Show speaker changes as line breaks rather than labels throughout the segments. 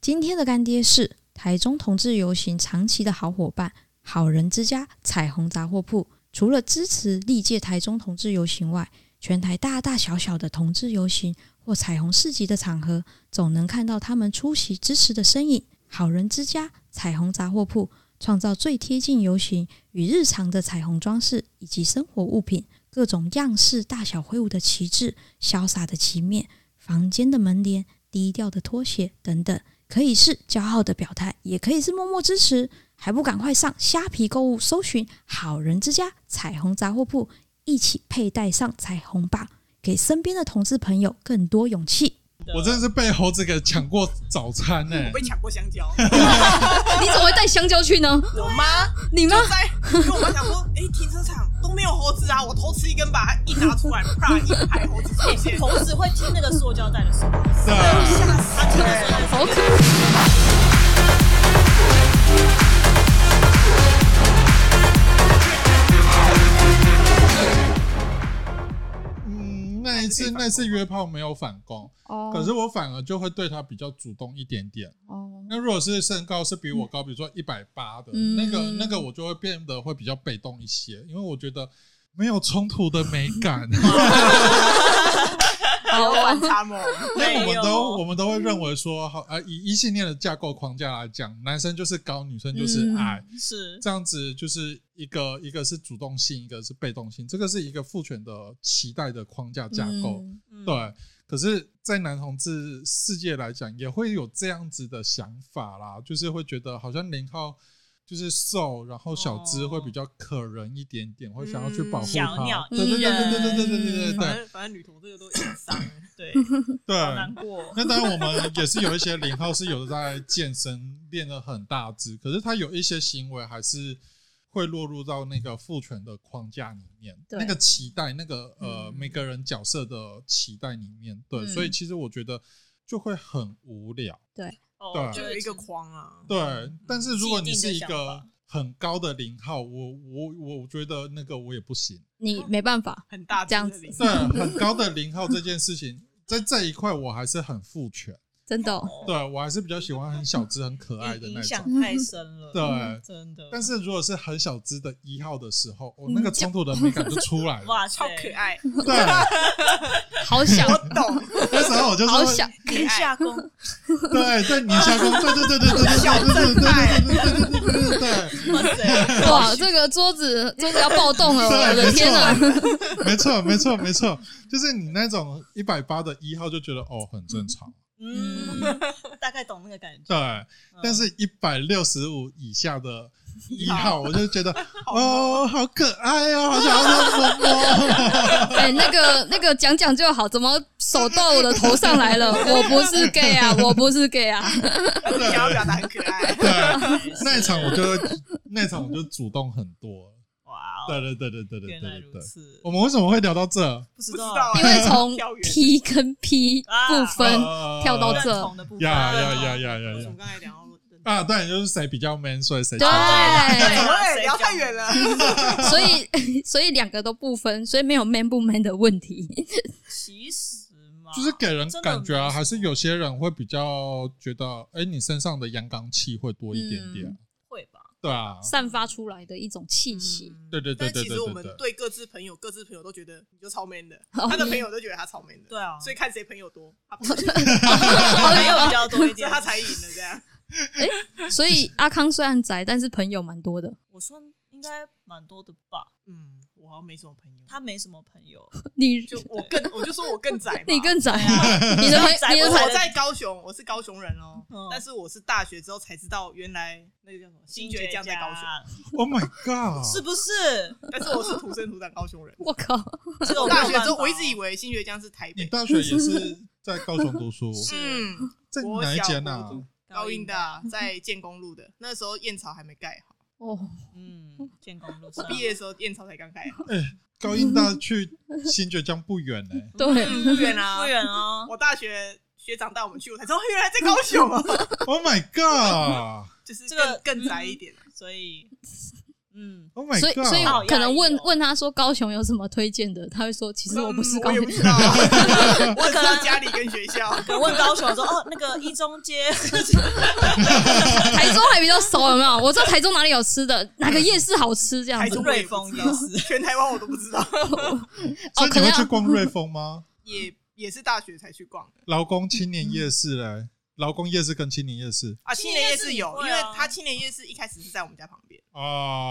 今天的干爹是台中同志游行长期的好伙伴——好人之家彩虹杂货铺。除了支持历届台中同志游行外，全台大大小小的同志游行或彩虹市集的场合，总能看到他们出席支持的身影。好人之家彩虹杂货铺创造最贴近游行与日常的彩虹装饰以及生活物品，各种样式、大小挥舞的旗帜、潇洒的旗面、房间的门帘、低调的拖鞋等等。可以是骄傲的表态，也可以是默默支持，还不赶快上虾皮购物搜寻“好人之家彩虹杂货铺”，一起佩戴上彩虹吧，给身边的同志朋友更多勇气。
我真的是被猴子给抢过早餐欸啊呢、
我被抢过香蕉，
你怎么会带香蕉去呢？
我妈
你
就
吗？
在因为我妈想说，哎、停车场都没有猴子啊，我偷吃一根吧，一拿出来，啪，一排猴子出现，
同时会听那个塑胶袋的声音。
对啊
吓死
他听到塑
了。
胶袋的声音
嗯，那一次那次约炮没有反攻，
哦
可是我反而就会对他比较主动一点点。
哦，
那如果是身高是比我高，比如说一百八的、
嗯
那个那个，我就会变得会比较被动一些，因为我觉得没有冲突的美感。
有反差萌，
因为 我们都我们都会认为说，好呃，以异性恋的架构框架来讲，男生就是高，女生就是矮，
是
这样子就是一个一个是主动性，一个是被动性，这个是一个父权的期待的框架架构。
嗯
对，可是，在男同志世界来讲，也会有这样子的想法啦，就是会觉得好像零号就是瘦，然后小只
哦
会比较可人一点点，会想要去保护
嗯小
他
鸟。
对对
依
对
人
对对对对对对
反
对
正反正女同这个都硬伤，对，好
对
难。过。
那当然，我们也是有一些零号是有的在健身练得很大只，可是他有一些行为还是会落入到那个父权的框架里面，
对
那个期待，那个呃、
嗯
每个人角色的期待里面，对，
嗯
所以其实我觉得就会很无聊。
哦
对
就有一个框啊，
对，但是如果你是一
嗯既定的想
个
法
很高的零号，我我我我觉得那个我也不 行。
你没办法，
很大
这样
只
子
的零
对，很高的零号这件事情，在这一块我还是很父权，
真的哦。
对我还是比较喜欢很小只、很可爱的那
影
种。
响太深了，
对
真的。
但
是
是如果是很小只的一号的时候，我、哦、那个冲突的美感就出来了。
哇塞，
超可爱，
对，
好想，
我懂，
那时候我就
好
是
想，
宁夏宫
对对，你下工，对对对对对对对对对对对对对对。
哇塞，
哇，这个桌子桌子要暴动了，我
对，
的
没
天啊哪！
错，没错，没错，没错，就是你那种一百八的一号就觉得哦很正常，
嗯，大概懂那个感觉。
对，但是一百六十五以下的一号，我就觉得
好
哦好可爱哦，好想要摸摸。
哎、那个那个讲讲就好，怎么手到我的头上来 了？我不是 gay 啊，我不是 gay 啊！
但是想要表达很可爱，
对，那一场我就那一场我就主动很多，
哇哦，
对对对对对对
原
对
来
对
如
对。
此，
我们为什么会聊到这？
不知
不知道
因为 从
跳远
T 跟 P 不分，
呃
跳到
认
这
同的部分，
呀 呀呀呀呀
我
呀
们！刚才聊到认
啊，对，就是谁比较 man，所以谁
对，
对
对，聊太远啊了，
所以 所以两个都不分，所以没有 man 不 man 的问题。
其实嘛，
就是给人感觉
真的没
啊，
什么
还是有些人会比较觉得，哎、你身上的阳刚气会多一点点，
嗯
会吧，
对啊，
散发出来的一种气息，
对对对
但
对
其
对
实我
对
们
对，
对各自朋友，各自朋友都觉得你就超 man 的，
哦
他的朋友都觉得他超 man 的，
对啊，
所以
以
看谁朋友多，他 不是嗯
朋友比较多一
所以
点，
他才赢了这样。
所以阿康虽然宅，但是朋友蛮多的。
我算应该蛮多的吧，
嗯，我好像没什么朋友，
他没什么朋友，
你
就我更我就说我更 宅嘛，
你更宅
对
啊！
啊，
你的
宅
朋你
我
的
宅
我
朋
在高雄，我是高雄人哦
嗯，
但是我是大学之后才知道原来那个叫什么新觉江在高雄，
雄，
，Oh my
是
God，
不是？
但是我是土生土长高雄人。
我靠，
这个
我
我
大学之后我一直以为新觉江是台
你
北，
大学也是在高雄读书，
是
嗯，
在
我
哪一
小
间
国
啊？
读高音的啊， 在建工路的，那时候燕巢还没盖好，
哦，
嗯，建工路上
毕业的时候燕巢才刚盖好，
哎、高音大去新觉江不远欸呢、
对，
嗯不远啊
不，远哦，
我大学学长带我们去，我才知道原来在高 雄啊，
Oh o h my God，
就是
这个嗯
更更宅一点啊。
所以嗯，
Oh my
所以
god！
所以
哦
可能问
要有
问他说高雄有什么推荐的，他会说其实我不是
嗯
高
我也
雄
不，知道 啊， 我只知道家里跟学校。
可能问高雄说哦，那个一 中街
台中还比较熟，有没有？我知道台中哪里有吃的，哪个夜市好吃这样
台
子
中。
瑞丰夜市，
全台湾我都不知 道，
所以
可
你
能
会
要
去逛瑞丰吗？
也也是大学才去逛的
劳工青年夜市嘞，劳工夜市跟青年夜市
啊。青年夜市有，因
青年夜市也会
为
啊哦
它青年夜市一开始是在我们家旁边，
啊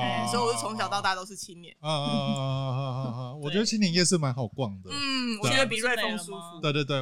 哎，所以我是从小到。大都是青年。
啊啊啊啊啊啊啊！我觉得青年夜市蛮好逛的。
嗯，我
对
觉得比瑞丰舒服。
对对对，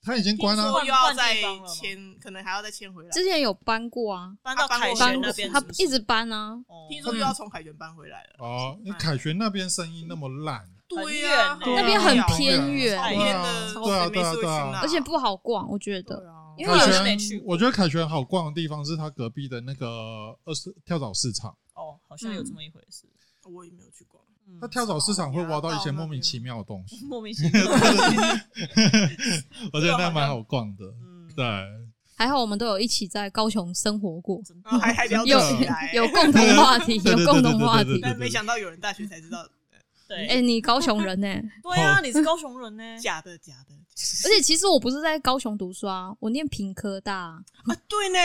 它已经关
之
了
听说。
后又要再
换地方了吗
迁，可能还要再迁回来。
之前有搬过啊，
搬到凯
搬
旋
搬
那
过
边是
他
不是，
一直搬啊，
哦
听说又要从凯旋搬回来了，
哦，因为凯旋那边生意那么烂，
对呀，
很
那
远呢
边很
好
偏
偏远，
好
对
远
啊
的，
对啊
谁没事会去
对啊对啊
那？
而且不好逛，我觉得
对。啊，
因为
凯
我是没去
旋，
过
我觉得凯旋好逛的地方是它隔壁的那个二十跳蚤市场，
哦，好像有这么一回事。
我也没有去 逛。
嗯
它跳蚤市场会挖到一些莫名其妙的东
嗯
西，
莫名其妙，
我觉得那蛮好逛的。
嗯，
对，
还好我们都有一起在高雄生活过，
真
然后
的
还还聊
有
得起来，
有共同话题，
对对
有共同话题
对对对对。
但没想到有人大学才知道，
对，
哎，你高雄人呢？而
对啊，你是高雄人呢，
嗯
假的假的。
且其实我不是在高雄读书啊，我念屏科大，
啊对呢，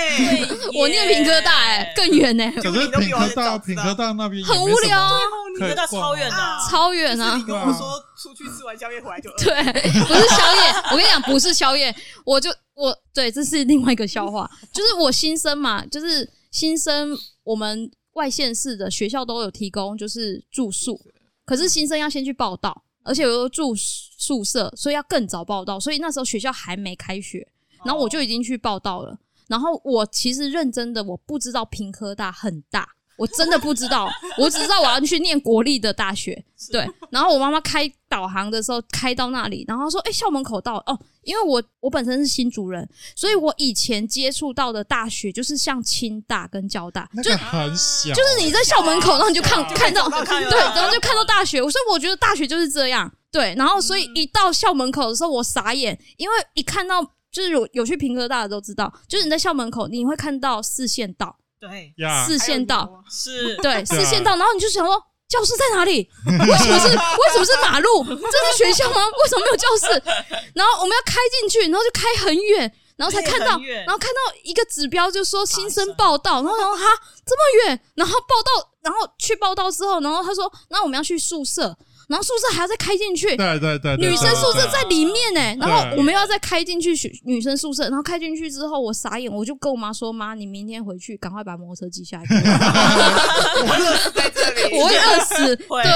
我念屏科大，哎，更远呢，
可
就
是
你都
品
比我还
科
早
大
知
品
道
科大那边也
很
没
无
什么
聊啊，
你那个超远的啊，
超远啊
你。跟我说出去吃完宵夜回 来就饿，
对，不是宵夜。我跟你讲，不是宵夜，我就我对，这是另外一个笑话，就是我新生嘛，就是新生，我们外县市的学校都有提供就是住宿，可是新生要先去报到，而且又住宿舍，所以要更早报到，所以那时候学校还没开学，然后我就已经去报到了。然后我其实认真的，我不知道平科大很大，我真的不知道， 我只知道我要去念国立的大学。对，然后我妈妈开导航的时候开到那里，然后她说：“哎、校门口到了哦。”因为我我本身是新竹人，所以我以前接触到的大学就是像清大跟交大，
那
就
个很小，
就是你在校门口，然后你就看
哦就
看到
走到看到
对，然后就看到大学，所以我觉得大学就是这样。对，然后所以
嗯
一到校门口的时候，我傻眼，因为一看到就是有有去平科大的都知道，就是你在校门口你会看到四线道、
对，
呀，
还
四
有
线
牛
道，
啊，
是
对，四线道，然后你就想说。教室在哪里？为什么是为 什么是马路？这是学校吗？为什么没有教室？然后我们要开进去，然后就开很远，然后才看到
很远啊
然后看到一个指标，就说新生报到，然后然后哈这么远，然后报到，然后去报到之后，然后他说，那我们要去宿舍，然后宿舍还要再开进去，
对对对，对
女生宿舍
对
在里面呢、然后
对
我们又要再开进去学女生宿舍，然后开进去之后，我傻眼，我就跟我妈说，妈，你明天回去赶快把摩托车寄下来，
在这里，
我会饿死，
会
对。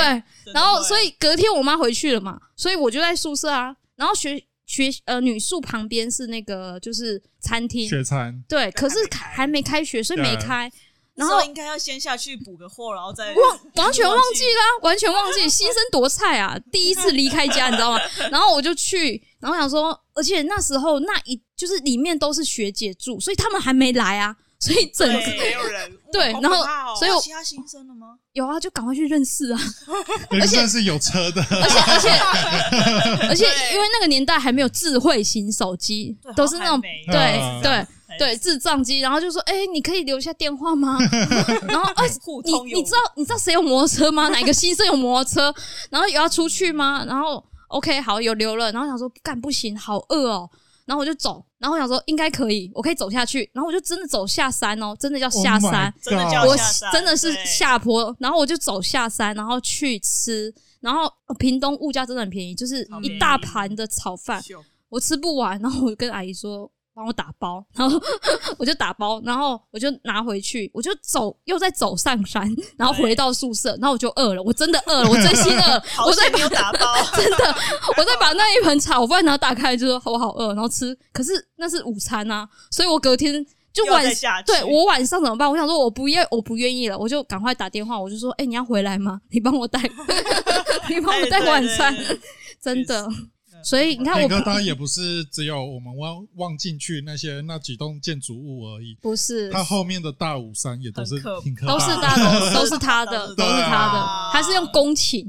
真的
然后
会
所以隔天我妈回去了嘛，所以我就在宿舍啊，然后学学呃女宿旁边是那个就是餐厅，
学餐，
对，可是
还没开
还没开学，所以没开。然
那时
后
候应该要先下去补个货，然后再
忘完全忘记啦、完全忘记新生多菜啊！第一次离开家，你知道吗？然后我就去，然后想说，而且那时候那一就是里面都是学姐住，所以他们还没来啊，所以整
对没有人，
对
好
然后
可怕哦
所以我
其他新生了吗？
有啊，就赶快去认识啊！
人算是有车哎 的，
而且而 且而且，
对
因为那个年代还没有智慧型手机
对，
都是那种哦
好像还没
对
嗯
对
还
对智障机，然后就说：“哎，你可以留下电 话吗？”然后哎，
互通
你
有
你知道你知道谁有摩托车吗？哪个新生有摩托车？然后有要出去吗？然后 OK 好有留了，然后想说干不行，好饿哦。然后我就走，然后我想说应该可以，我可以走下去。然后我就真的走下山哦，真的叫下
Oh my
山，
真的
God
叫
我
下山
真的是
对
下坡。然后我就走下山，然后去吃。然后呃屏东物价真的很便宜，就是
超便
一
宜，
大盘的炒饭，
秀
我吃不完，然后我就跟阿姨说帮我打包，然后 我就打包，然后我就拿回去，我就走又再走上山，然后回到宿舍，然后我就饿了，我真的饿了，我真心饿了
好
我再
险哦
把
没有打包，
真的我再把那一盆炒饭然后打开，就说我好饿，然后吃，可是那是午餐啊，所以我隔天。就
又
晚
再下去
对我晚上怎么办？我想说我不愿我不愿意了，我就赶快打电话，我就说：“哎、你要回来吗？ 你帮我带，你帮我带晚餐。
哎对对对
真的，
对
所以你看
那
我
个当然也不是只有我们望望进去那些那几栋建筑物而已，
不是
它后面的大武山也都是
很可
挺可怕
都
的
是他，都都是他的，
对
都
啊
是他的，他是用公顷，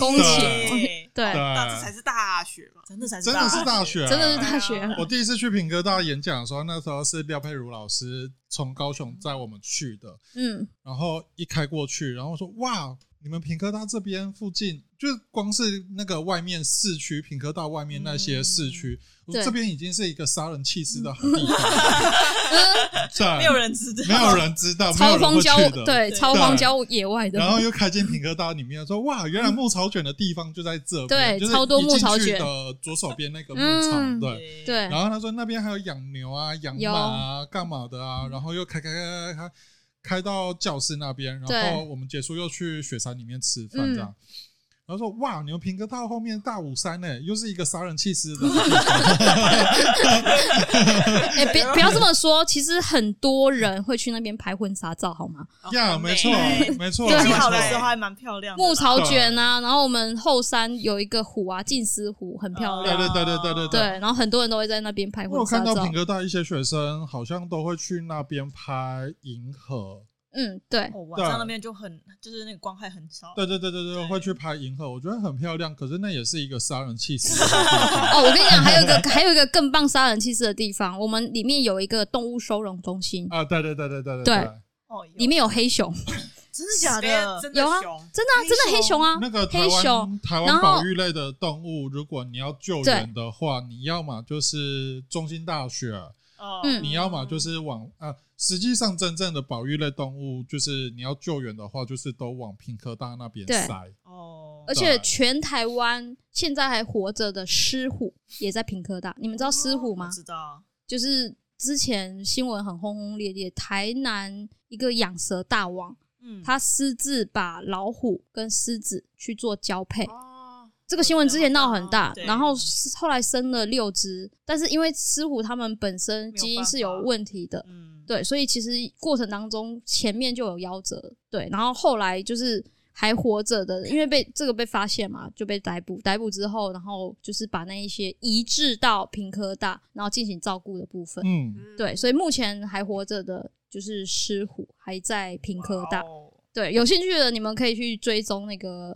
公
对
顷，
对
对，
那这
对，啊
才是大学嘛，真的才
真的是大学，啊
真的是大学，
啊
我第一次去品哥大演讲的时候，那时候是廖佩如老师从高雄载我们去的，
嗯，
然后一开过去，然后我说哇，你们品科大这边附近，就是光是那个外面市区，品科大外面那些市区，我说
嗯对
这边已经是一个杀人弃尸的好 地方，对，
没有人知道，
没有人知道，没有
超
人
荒
会去
郊
的，。
对，
对
超荒郊野外的，
然后又开进品科大里面，说哇，原来牧草卷的地方就在这边，
嗯对
就是
超多
一
牧
进
草
去
卷
的左手边那个牧
嗯
场，对，
对
然后他说那边还有养牛啊、养马啊、干嘛的啊，然后又开开开开开开到教室那边，然后
对
我们结束又去雪山里面吃饭这样。然后说哇，你们平哥到后面大武山呢、又是一个杀人弃尸的
哎，别不要这么说，其实很多人会去那边拍婚纱照，好吗？
呀，没错，没错，
对
没
最
错
好的时候还蛮漂亮的啦，
牧草卷啊，然后我们后山有一个湖啊，静思湖，很漂
对
亮。
对对对对对
对，然后很多人都会在那边拍
我有
婚
看
纱
到
照
平。哥大一些学生好像都会去那边拍银河，
嗯，对，
哦，晚上那边就很就是那个光害很少，
对对对对对，
对
会去拍银河，我觉得很漂亮，可是那也是一个杀人弃尸的地 方。
哦，我跟你讲，还有一个还有一个更棒杀人弃尸的地方，我们里面有一个动物收容中心，
啊，对对对对对
对
对，
哦，有
里面有黑熊，
真的假
那边
的？
真的
有啊
熊
真的啊、真的黑熊啊，
那个台
黑熊
湾台
然
湾
后
保育类的动物，如果你要救援的话，你要么就是中心大学，
哦
嗯
你要么就是往呃，实际上真正的保育类动物，就是你要救援的话，就是都往平科大那边
对
塞。
哦，
而且全台湾现在还活着的狮虎也在平科大，你们知道狮虎吗
哦我？知道，
就是之前新闻很轰轰烈烈，台南一个养蛇大王，
嗯，
他私自把老虎跟狮子去做交配，
哦，
这个新闻之前闹很大
我知道，
然后
对
后来生了六只，但是因为狮虎它们本身基因是有问题的，
嗯，
对，所以其实过程当中前面就有夭折，对，然后后来就是还活着的，因为被这个被发现嘛，就被逮捕，逮捕之后，然后就是把那一些移至到平科大，然后进行照顾的部分，
嗯，
对，所以目前还活着的就是狮虎还在平科大，
哇哦
对，有兴趣的你们可以去追踪那个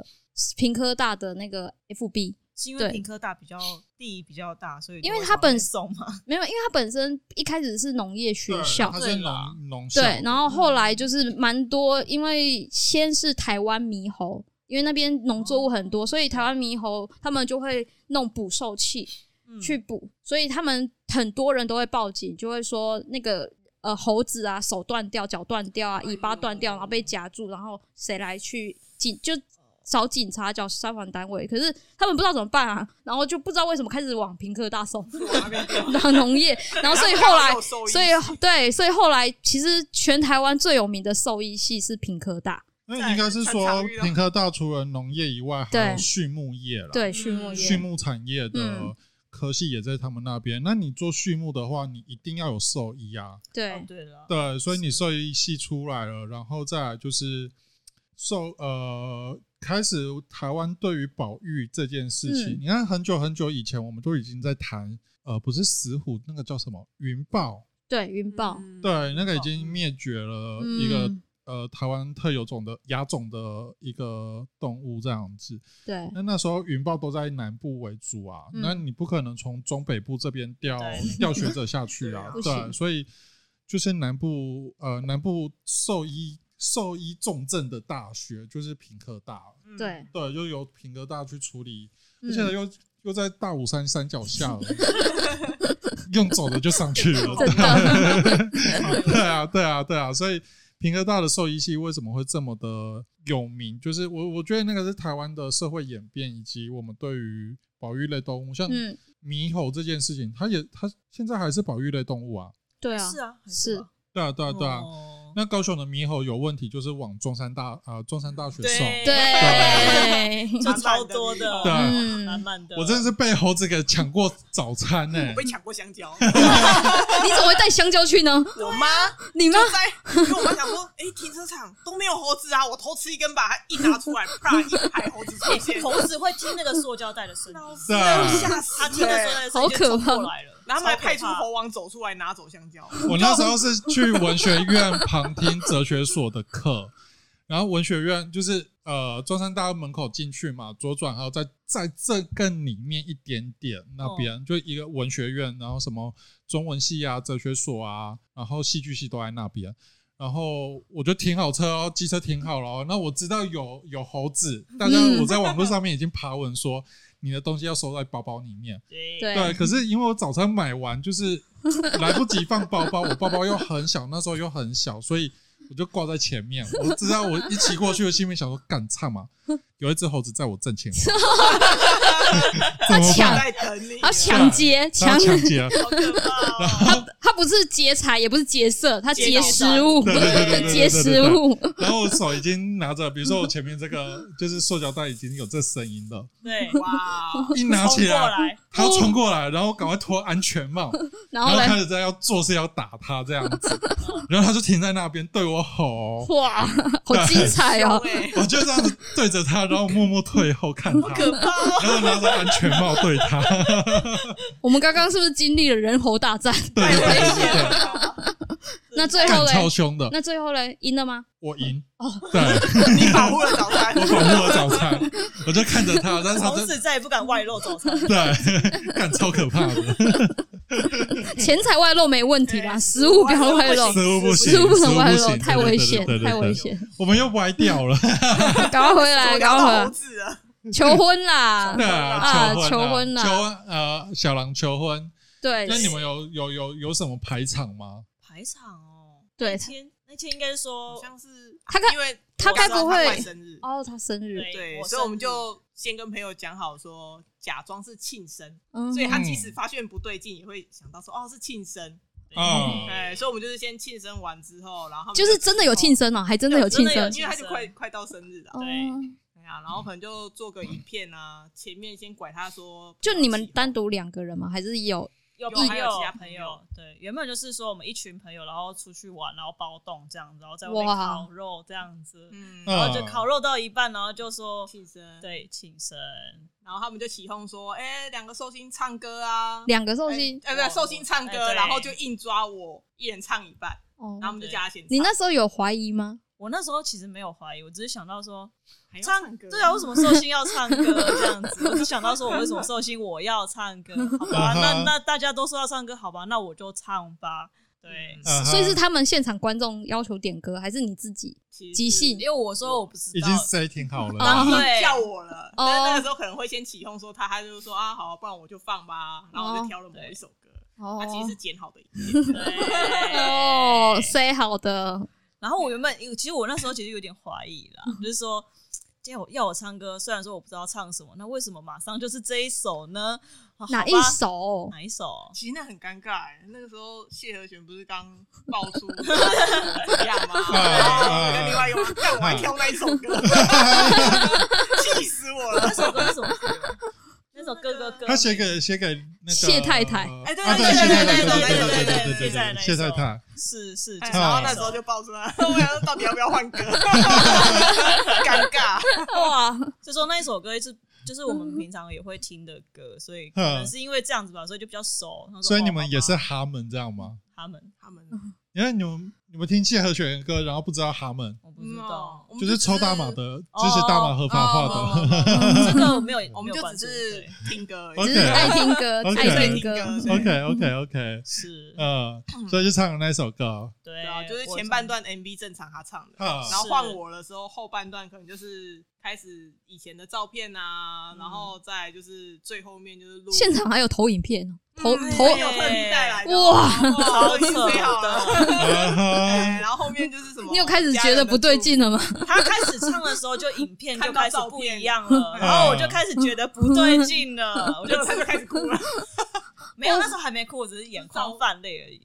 平科大的那个 FB。
是因
对
为平科大比较地比较大，所以
因为
就会
它本
往那送嘛，
没有，因为它本身一开始是农业学
对
校，
它
对，
是
对啦
农农校的，
然后后来就是蛮多，因为先是台湾猕猴，因为那边农作物很多，所以台湾猕猴他们就会弄捕兽器
嗯
去捕，所以他们很多人都会报警，就会说那个。呃，猴子啊，手断掉，脚断掉啊，尾巴断掉，然后被夹住，然后谁来去警就找警察，找消防单位。可是他们不知道怎么办啊，然后就不知道为什么开始往平科大送， 往农业，然后所以后 来
有兽医
所以对，所以后来其实全台湾最有名的兽医系是品科大，
那应该是
在
说
场域啊
平科大除了农业以外，还
对
有畜牧业了。
对，畜牧
畜
业，
牧产业的
嗯
科系也在他们那边。那你做畜牧的话，你一定要有兽医啊。
哦
对，
对了，
对，所以你兽医系出来了，然后再来就是受呃，开始台湾对于保育这件事情，
嗯
你看很久很久以前我们都已经在谈，呃，不是石虎那个叫什么云豹，
对，云嗯豹，
对，那个已经灭绝了一个、
嗯
呃台湾特有种的亚种的一个动物这样子。
对，
那那时候云豹都在南部为主啊，
嗯
那你不可能从中北部这边调
对
调学者下去啊，
不
对
行
所以就是南部呃南部兽医兽医重症的大学就是平科大，
嗯
对，
对，就由平科大去处理，而且
嗯，
又又在大武山山脚下了，用走的就上去了，
真的，
对啊，对啊，对啊，所以平科大的兽医系为什么会这么的有名？就是我我觉得那个是台湾的社会演变，以及我们对于保育类动物，像
嗯，
猕猴这件事情，它也它现在还是保育类动物啊。
对啊
是，啊，还
是
吧
对啊，对啊，对啊。
哦
那高雄的猕猴有问题，就是往中山大啊、中山大学送。
对
对，
就超多的，
对啊
满
嗯，
满的，
我真的是被猴子给抢过早餐呢、
我被抢过香蕉，
啊你怎么会带香蕉去呢？
我妈
你吗？
就在，因为我妈想说，哎，停车场都没有猴子啊，我偷吃一根，把它一拿出来，啪，一排猴子出 现，
猴子会听那个塑胶袋的声音，
死
对
了，
啊
我吓死
他
了，
听那塑胶袋的声音就冲过来了，
然后他们还派出
超可怕
猴王走出来拿走香蕉，
我那时候 是去文学院旁听哲学所的课，然后文学院就是呃中山大学门口进去嘛，左转还有在在这更里面一点点那边、就一个文学院，然后什么中文系啊、哲学所啊，然后戏剧系都在那边。然后我就停好车哦，机车停好了哦。那我知道有有猴子，大家
嗯
我在网络上面已经爬文说你的东西要收在包包里面。
对
对
对，可是因为我早餐买完，就是来不及放包包，我包包又很小，那时候又很小，所以我就挂在前面。我知道我一骑过去，我心里面想说，干唱嘛，有一只猴子在我正前方，怎么
抢
办？
在等你。
他抢劫
他
抢
要，抢劫啊！
好可怕哦！
他不是劫财，也不是劫色，他劫
劫到
食物，
对对对对对对
劫食物。
然后我手已经拿着，比如说我前面这个就是塑胶袋已经有这声音了，
对，
哇，哦
一拿起
冲过
来
来，
他要冲过来，然后赶快脱安全帽，
然
然后
后
开
嘞，
始在要做事要打他这样子，然后他就停在那边对我吼。
哇，好精彩哦！
对，
我就这样子对着他，然后默默退后看 他，
可怕哦！
然后拿着安全帽对他，
我们刚刚是不是经历了人猴大战？
对对对对对，
那最后
干超
嘞，
凶的，
那哦最后嘞，赢了吗？
我赢，对我
你保护了早餐，
保护我早餐，我就看着 他，但是他
从
真
此再也不敢外露早餐。
对， 干超可怕的，
钱财外露没问题啦，
对
食物不要外露
食物不，行
食物不行，
食物不
食
能
物
外
不
露，
行，
太
对
危险，太危，
对对对对对
险！
对我们又歪掉 了，
赶快回 来，
我
赶
聊
快
到
回
猴子了，
来，求婚啦！
对啊，
啊
求
求
婚
婚
啊
啊
求婚，呃，小狼求婚，
对
那你们有有有有什么排场吗？
排场哦，
对
那，天那天应该是
好
说
像是啊
他该
因为
他该
我
不会
知道他快生日，
哦，他生日，
对，
我
所以我们
生日
就先跟朋友讲好说，假装是庆生，
嗯
所以他即使发现不对劲，也会想到说哦是庆生。对
嗯
哎，所以我们就是先庆生完之后，然后他们
就是真的有庆生哦，还真的有庆
真的
生
有庆
因为他就快快到生日了
哦，。
对啊，然后可能就做个影片啊，前面先拐他说，
就你们单独两个人吗？还是有
有
有
朋
还有
友
其他朋友，
对，原本就是说我们一群朋友，然后出去玩，然后包栋这样子，然后在外面
哇
烤肉这样子，
嗯，
嗯
然后就烤肉到一半，然后就说
庆生，，
对庆生，
然后他们就起哄说，哎，两个寿星唱歌啊，
两个寿星？
哎，呃，不，寿星唱
哎
歌，
对
然后就硬抓我一人唱一半，
哦
然后，我们啊就叫他先唱。
你那时候有怀疑吗？
我那时候其实没有怀疑，我只是想到说
还要
唱
歌
对啊，为什么寿星要唱歌这样子？我只想到说，我为什么寿星我要唱歌？好吧， 那那大家都说要唱歌，好吧，那我就唱吧。
嗯
对，
啊哈
所以是他们现场观众要求点歌，还是你自己？
其实
即兴
因为我说我不知
已
道
经，setting 好了，
啊对
叫我了，
哦
但是那个时候可能会先起哄说他，他就说啊好，不然我就放吧，然后我就挑了某一首歌，
哦
他其实是剪好的影片，
对
哦，塞好的，
然后我原本其实我那时候其实有点怀疑啦，就是说。要我要我唱歌，虽然说我不知道唱什么，那为什么马上就是这一首呢？啊好吧
哪一首？
哪一首？
其实那很尴尬、欸，那个时候谢和弦不是刚爆出怎么样吗？然后跟另外一个人，但我还挑那一首歌，气死我了！
那首歌是什么歌？ 那首歌歌歌，
他写给写给那个
谢太太
呃
哎对
啊
对
对谢
对
太
对
太，
对
对对对
对对
对对
对对
对，
对
谢太太，
是是，
哎
就是
然后那
那首
时候就爆出来，我想说到底要不要换歌？尴尬，
哇，
就说那一首歌是就是我
嗯
们平常也会听的歌，所以可能是因为这样子吧，所以就比较熟。他说
嗯所以你们
哦
也是
好吧
哈们这样吗？
他们，
他们
因为你们你们听谢和弦的歌，然后不知道哈们，
我不知
嗯
道
哦，我们
就
就是
抽大麻，的，
哦
支持大麻合法化的。
的，
这个我没有，
我们
没有
就
关
只
注
是
对
听歌而已，
OK
只是爱听歌
OK，
爱听
爱
歌
听歌。
OK OK OK，
是，
嗯，所以就唱了那首歌。
对
对啊，就是
哎我
前 半段 MV 正常他唱的，
啊
然后换我的时候，后半段可能就是开始以前的照片啊，
嗯
然后再就是最后面就是录
现场还有投影片，投
嗯
投
还有特地带来的
哇
哇，
哎超
已经
扯
塞好
啊
了。
的。
哎
哈
然后后面就是什么？
你有开始觉得不对劲了吗？
他开始唱的时候，就影片就开始不一样了，
到
看
照片
然后我就开始觉得不对劲了，我
我
就
就 他就开始哭了。
没有那时候还没哭，我只是眼眶泛泪而已。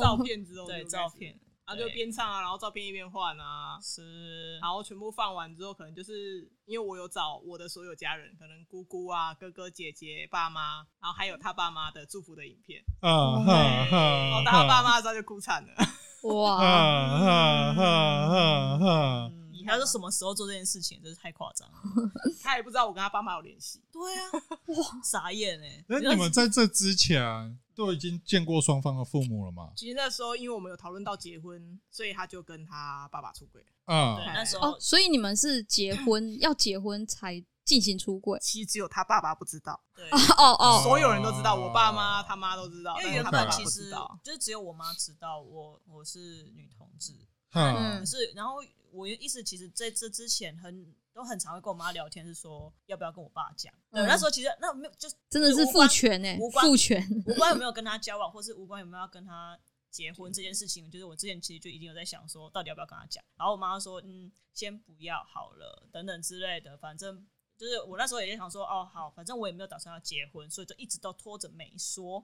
照
哦，
片之后就
对，
开始
照片，
然后就边唱啊，然后照片一边换啊。
是
然后全部放完之后，可能就是因为我有找我的所有家人，可能姑姑啊、哥哥、姐姐、爸妈，然后还有他爸妈的祝福的影片。
啊哈啊
然后
哈
哦到他爸
哈嗯
妈的时候就哭惨了，
哇，
啊哈哈哈哈！
嗯
厉害
他
吗。
说什么时候做这件事情，真是太夸张了。
他也不知道我跟他爸妈有联系。
对啊， 哇，傻眼哎！
那你们在这之前都已经见过双方的父母了嘛？
其实那时候，因为我们有讨论到结婚，所以他就跟他爸爸出轨。
啊、
对那时候
哦，所以你们是结婚要结婚才进行出柜？
其实只有他爸爸不知道，
对，
哦哦，
所有人都知道，我爸妈、他妈都知道，
因
但
为
是
原
他爸
本
爸
其
不
实
知道。
就只有我妈知道我我是女同志，
嗯
哈
可是然后我一直其实在这之前很都很常会跟我妈聊天，是说要不要跟我爸讲。对，
嗯
那时候其实那没有就是
真的是
无
父
关
权哎
无，关
父权。
无关有没有跟他交往，或是无关有没有要跟他结婚这件事情，就是我之前其实就已经有在想说，到底要不要跟他讲。然后我妈说，嗯，先不要好了，等等之类的，反正。就是我那时候也在想说，哦，好，反正我也没有打算要结婚，所以就一直都拖着没说，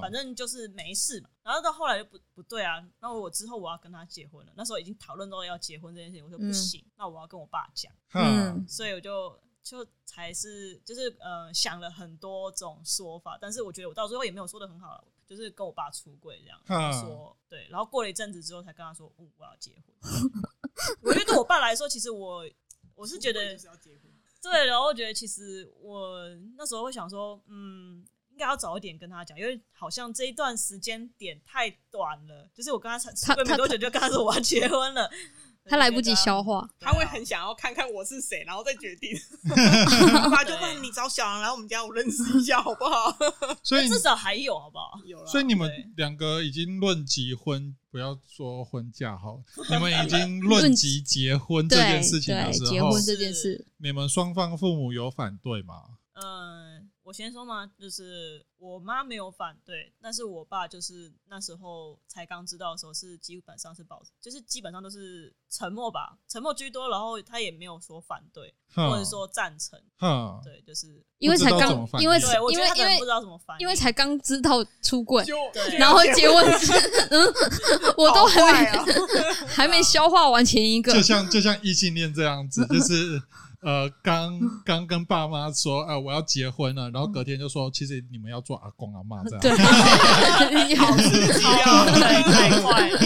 哈
反正就是没事嘛。然后到后来就不不对啊，那我之后我要跟他结婚了，那时候已经讨论到要结婚这件事情，我说不
嗯
行，那我要跟我爸讲。
哈
嗯，
所以我就就才是就是呃想了很多种说法，但是我觉得我到最后也没有说的很好了，就是跟我爸出柜这样，
嗯
然后说对，然后过了一阵子之后才跟他说，嗯，我要结婚。 我觉得对我爸来说，其实我我是觉
出轨
得
就是要结婚，
对，然后我觉得其实我那时候会想说，嗯。应该要早一点跟他讲，因为好像这一段时间点太短了。就是我跟他才出柜没多久，就跟他说我要结婚了，
他来不及
消。
消化，
他会很想要看看我是谁，然后再决定。他爸就问你找小杨来我们家，我认识一下好不好？
所以
至少还有好不好？
有了，
所以你们
对
两个已经论及婚，不要说婚嫁好 了，你们已经论
论
及结婚这
对
件事情的
对，
时
结
候
婚，这件事，
你们双方父母有反对吗？
嗯，我先说嘛，就是我妈没有反对，但是我爸就是那时候才刚知道的时候，是基本上是保，就是基本上都是沉默吧，沉默居多，然后他也没有说反对，
哈
或者说赞成，
哈，
对，就是
因为才
不知道怎么
刚，
反应
因为
对我
因
觉
为
得他可
因
能
为
不知道怎么反应，
因为才刚知道出柜，
就
对
然后结婚， 嗯，我都还没、
啊
好啊
还没消化完前一个
就，像就像异性恋这样子，就是 呃，刚刚跟爸妈说，啊，我要结婚了，然后隔天就说，其实你们要做阿公阿妈这样。
对， 啊
对啊太快了，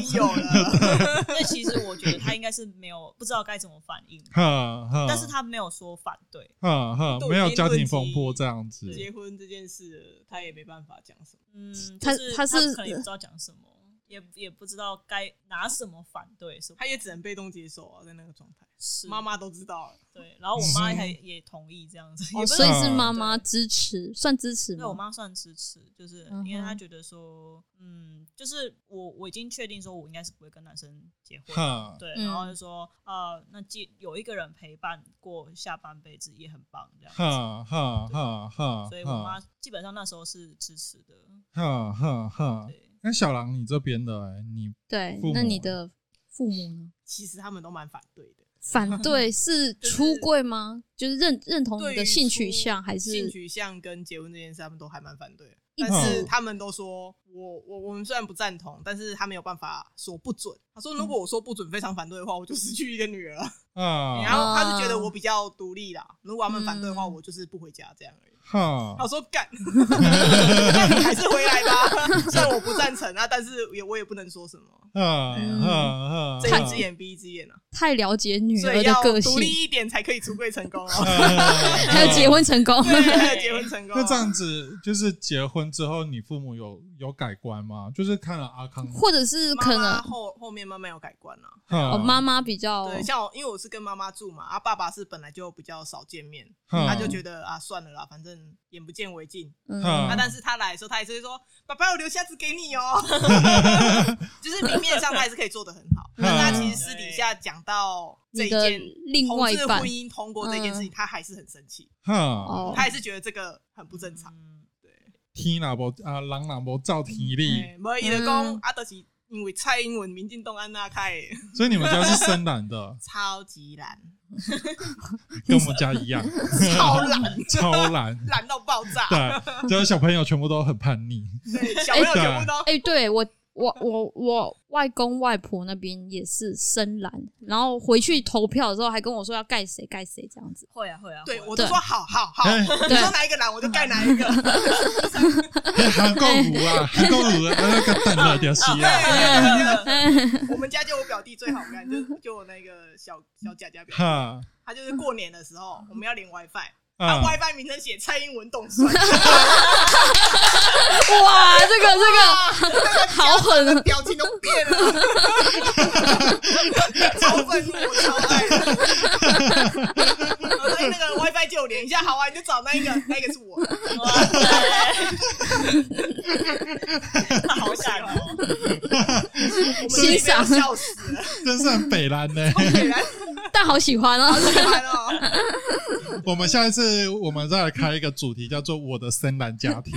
已经有了，
所以其实我觉得他应该是没有不知道该怎么反应，
哈哈，
但是他没有说反对，
哈哈
都已经
没有家庭风波这样子，
结婚这件事他也没办法讲什么。
嗯，就
他
是
他是
可能也不知道讲什么，也也不知道该拿什么反对什么
他。也只能被动接受啊，在那个状态，
是
妈妈都知道了，
对，然后我妈
嗯
还也同意这样子， 也不
哦所以
是
是妈妈支持，算支持
嗯
对我
吗？
妈算支持，就是
嗯哼
因为她觉得说，嗯，就是我我已经确定说我应该是不会跟男生结婚了，
哈，
对，
嗯
然后就说呃，那既有一个人陪伴过下半辈子也很棒这样子，
哈哈哈哈，
所以我妈基本上那时候是支持的，
哈哈哈。
对，
那小狼，你这边的、欸，你
对
父，
那
母
你
呢
的父母呢？
其实他们都蛮反对的。
反对是
就是
出柜吗？就是认认同
对
你
于
的性取向，
出
还是
性取向跟结婚这件事，他们都还蛮反对的。
一
但是
直
他们都说，我我我们虽然不赞同，但是他没有办法说不准。他说，如果我说不准，非常反对的话，我就失去一个女儿了。然
啊
后他是觉得我比较独立啦，如果他们反对的话，
嗯
我就是不回家这样而已。
哈
他说 干，那你还是回来吧。虽然我不赞成啊，但是也我也不能说什么，
哈
嗯
哈哈，
睁一只眼闭一只眼啊。
太了解女
所
儿
以
的
要
个性
独，立一点才可以出柜成功哦。
哈
还有结。婚成功？
对，还有结婚成功哦。
那这样子，就是结婚之后，你父母有有改观吗？就是看了阿康，
或者是
妈
可
妈
能
后后面慢慢有改观了、
哈
哦，妈妈比较
对，像我因为我是跟妈妈住嘛，啊，爸爸是本来就比较少见面，
嗯
他就觉得啊算了啦，反正眼不见为净。
嗯
哈
啊，但是他来的时候，他还是会说：“爸爸，我留虾子给你哦。”就是明面上他还是可以做的很好，但是他其实私底下讲到这
你
一
的
件
另
同
外一
志
半嗯
婚姻通过这件事情，他还是很生气，
哈
哦
他，还是觉得这个很不正常。
嗯，
对，
天哪无啊，人哪无照体力，
哎没伊就讲
嗯
啊，就是因为蔡英文、民进党安那开的
所以你们家是深蓝的，
超级懒，
跟我们家一样，
超懒，
超蓝。
懒到爆炸。
对，就是小朋友全部都很叛逆。
对，小朋友全部都
哎、对我我我我外公外婆那边也是深蓝，然后回去投票的时候还跟我说要盖谁盖谁这样子。
会啊会啊，
对
会啊
我都说好好好，
哎
你说哪一个蓝我就盖哪一个。
韩国舞啊，韩国舞啊，那个蛋奶点西
哎
啊，
我们家就我表弟最好看，就就我那个小小贾家表弟，
哈
他就是过年的时候我们要连 WiFi，他
啊，
WiFi 名称写蔡英文冻 酸，
哇，这个这个好狠啊！
表情都变了， 超愤怒，我超爱。我说那个 WiFi 借我连一下，好啊，你就找那一个，那个是我，
哇塞，他好感哦，
我们
欣赏
这边笑死了，
真是很北 蓝呢。
好美啊
但好喜欢哦。
好可爱哦，
我们下一次我们再来开一个主题，叫做“我的深蓝家 庭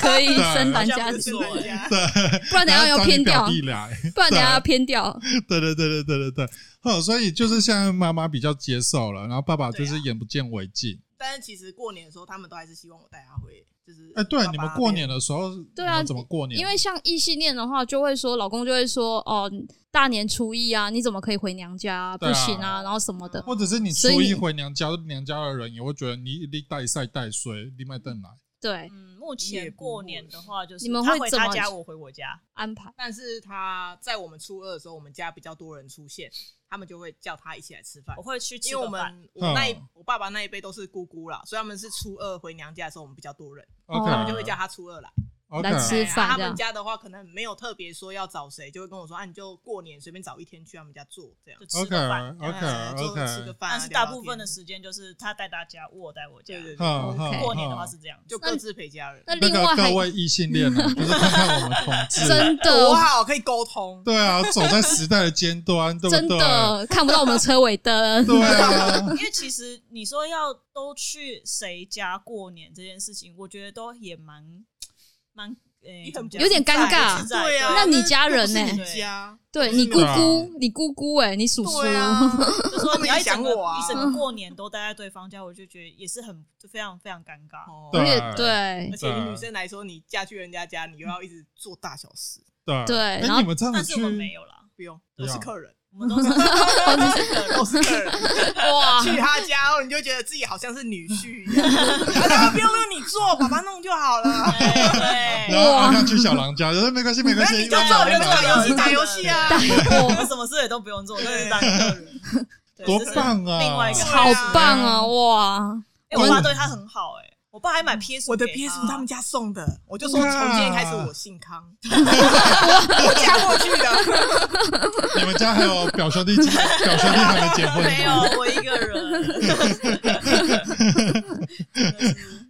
可以
对啊
深蓝
好
家
像不
庭，
错
真的假的？
不”，然等一下要
找
偏
你
掉
表，弟啊来。
不然等一下要偏掉。
对对对对对对对，哦，所以就是现在妈妈比较接受了，然后爸爸
啊
就是眼不见为净。
但是其实过年的时候，他们都还是希望我带他回，就是
哎，对，
爸爸
你
那
们
边
过年的时候，
对啊
你们怎么过年？
因为像异性恋的话，就会说老公就会说哦，大年初一啊，你怎么可以回娘家、
对啊
不行啊，然后什么的。
或者是你
所以
初一
你
回娘家，娘家的人也会觉得你你带晒带水，你买邓来。
对，
嗯，目前过年的话就是
你们
他
会
回
怎
他
么
家，我回我家，
安排
但是他在我们初二的时候，我们家比较多人出现，他们就会叫他一起来吃饭
我。会去吃
因为我
个饭。
们我那一
嗯
我爸爸那一辈都是姑姑啦，所以他们是初二回娘家的时候，我们比较多人，
哦
OK，
他
他们就会叫他初二来
OK，
来吃
对
饭
啊他
这样
们家的话，可能没有特别说要找谁，就会跟我说啊，你就过年随便找一天去他们家做这样
就。吃
OK
个饭
OK
嗯做
OK，
吃个饭啊，
但是大部
聊聊
分
天
的时间就是他带大家，我带我家。
对对对
哈哈
对
过年的
哈
话是这样子，
就各自陪家人
那，
那
另
个
外还
各位异性恋 呢，就是看看我们同志，
真的
哇，好可以沟通，
对啊，走在时代的尖端，对不
真
对？啊
的看不到我们车尾 灯，
对啊，
因为其实你说要都去谁家过年这件事情，我觉得都也蛮蛮诶，怎么讲
有点尴尬
自在
对啊，
那你家人呢
那不是你家
对你姑
对啊
姑，你姑姑哎，你叔叔，
对啊，
就说
他们
你
也
要一整
想
个
我啊
一整个过年都待在对方家，我就觉得也是很就非常非常尴尬。
哦
而
对啊
且对
而且以女生来说，你嫁去人家家，你又要一直做大小事，
对
对
哎
然后
你们这样子
但是
去
我们没有啦，
不用，
不
都
要
是客人，
我们都是都是个人
都是客人。
哇，
去他家然后，你就觉得自己好像是女婿一样， 啊不用不用你做，爸爸弄就好了。
对
然后阿康去小狼家，就说没关系，没关系，
哎你就做，你就做
来
游
来
戏，
来
打游戏啊。
我们什么事也都不用做，就是当客人， 对
多
这是
棒啊！
另外一个
好棒哦，哇，
哎我爸对他很好哎，我爸还买 PS
我的 PS
他
他们家送的，我就说从今天开始我姓康，我嫁过去的。
你们家还有表兄弟姐、表兄弟还没 结婚？
没有，我一个人。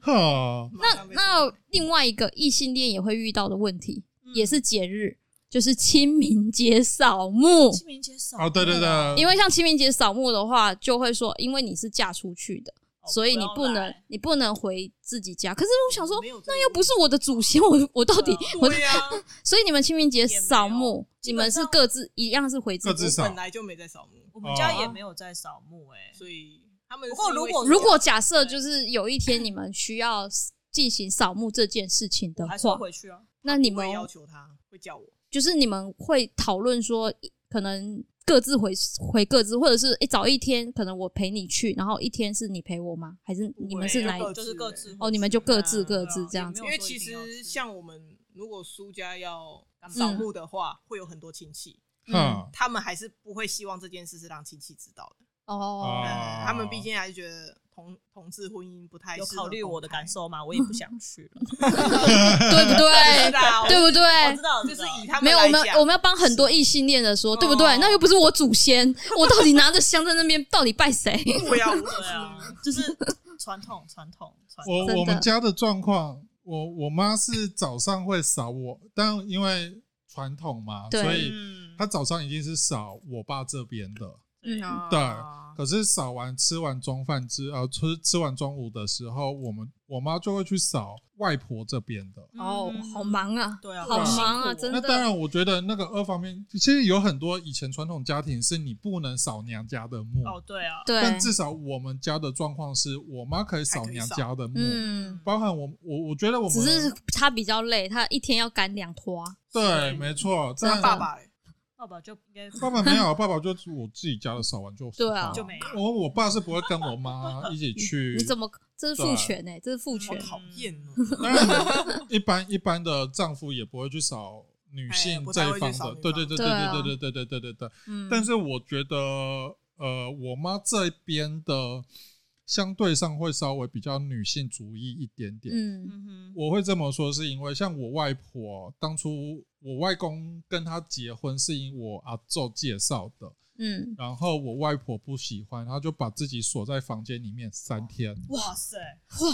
哈，
那那另外一个异性恋也会遇到的问题，
嗯
也是节日，就是清明节扫墓。
清明节少
哦，对对对，
因为像清明节扫墓的话，就会说，因为你是嫁出去的，
哦
所以你
不
不
要来
能你不能回自己家。可是我想说，那
那
又不是我的祖先， 我我到底我，
哦对啊呀，
所以你们清明节扫墓，
啊也
你
没有
们是各自一样是回自
各自
己。
少
本，来就没在扫墓，
我们家
哦
也没有在扫墓哎，
所以他们。
不过如果
如果假设就是有一天你们需要进行扫墓这件事情的
还是会
话，
回去啊。
那你们
会要求他，会叫我。
就是你们会讨论说，可能各自回回各自，或者是诶早一天，可能我陪你去，然后一天是你陪我吗？还是你们是哪一
不会
就是欸各自
哦，你们就各自各自这样子
没
因为
有说
其
一定要吃
实像我们如果苏家要扫
嗯
墓的话，会有很多亲戚，
哈，
他们还是不会希望这件事是让亲戚知道的。
哦。
啊
嗯他们毕竟还是觉得同同志婚姻不太
有
适合
考虑我的
公开
感，受吗？我也不想去 了。
对不
知
对？
道
哎对不对？
哎
我知道，
啊就是以他们
没有，我们
来讲
我们要帮很多异性恋的说，对不
哦
对？那又不是我祖先，我到底拿着香在那边，到底拜谁？
对 啊，
对啊，就是传统传统传统。
我我们家的状况，我我妈是早上会扫我，但因为传统嘛，
对
所以
嗯，
她早上一定是扫我爸这边的。
嗯
啊
可是扫完吃完中饭之呃吃吃完中午的时候，我们我妈就会去扫外婆这边的。
哦，好，忙啊，
对啊
好忙啊，
好辛苦哦
真
那当
的。
然，我觉得那个二方面，其实有很多以前传统家庭是你不能扫娘家的墓，
哦，对啊，
对，
但至少我们家的状况是我妈可以扫娘家的墓，
嗯，
包含我我我觉得我们
只是他比较累，他一天要赶两啊拖。
对没错，
那
但
爸爸欸
爸爸就应该
爸爸没有，爸爸就是我自己家的扫完就
对啊
就没了
我我爸是不会跟我妈一起去，
你怎么？这
啊
是父权哎，这是父
好
权。
讨厌哦，
嗯
当然， 一般一般的丈夫也不会去扫女
哎
性
不
这
太
一
会去
方
扫
的，
女
对对
方
对对
对啊
对对对对对对对。
嗯，
但是我觉得，呃，我妈这边的相对上会稍微比较女性主义一点点。
嗯
嗯哼，
我会这么说，是因为像我外婆当初我外公跟她结婚，是因我阿昼介绍的。
嗯，
然后我外婆不喜欢，她就把自己锁在房间里面三天
哇塞，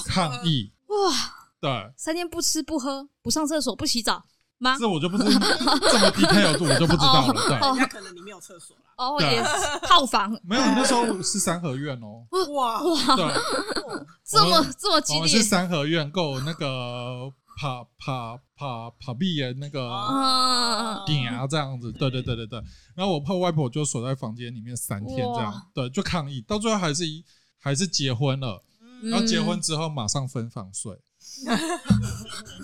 抗议。
哇，
对，
三天不吃不喝不上厕所不洗澡吗？
这我就不 知这么 detail 度我就不知道了。对，
人家可能你没有厕所 啦，
哦，
对啊
也套 房
没有那时候是三合院 哦，
哇，
对，
这
我
么
们
这么激
我们
烈
哦是，三合院，够那个爬爬爬爬壁的那个
哦
嗯，
顶啊这样子。对对对对对。然后我怕外婆就锁在房间里面三天这
哇
样，对，就抗议，到最后还是一还是结婚了。
嗯
然后结婚之后马上分房睡。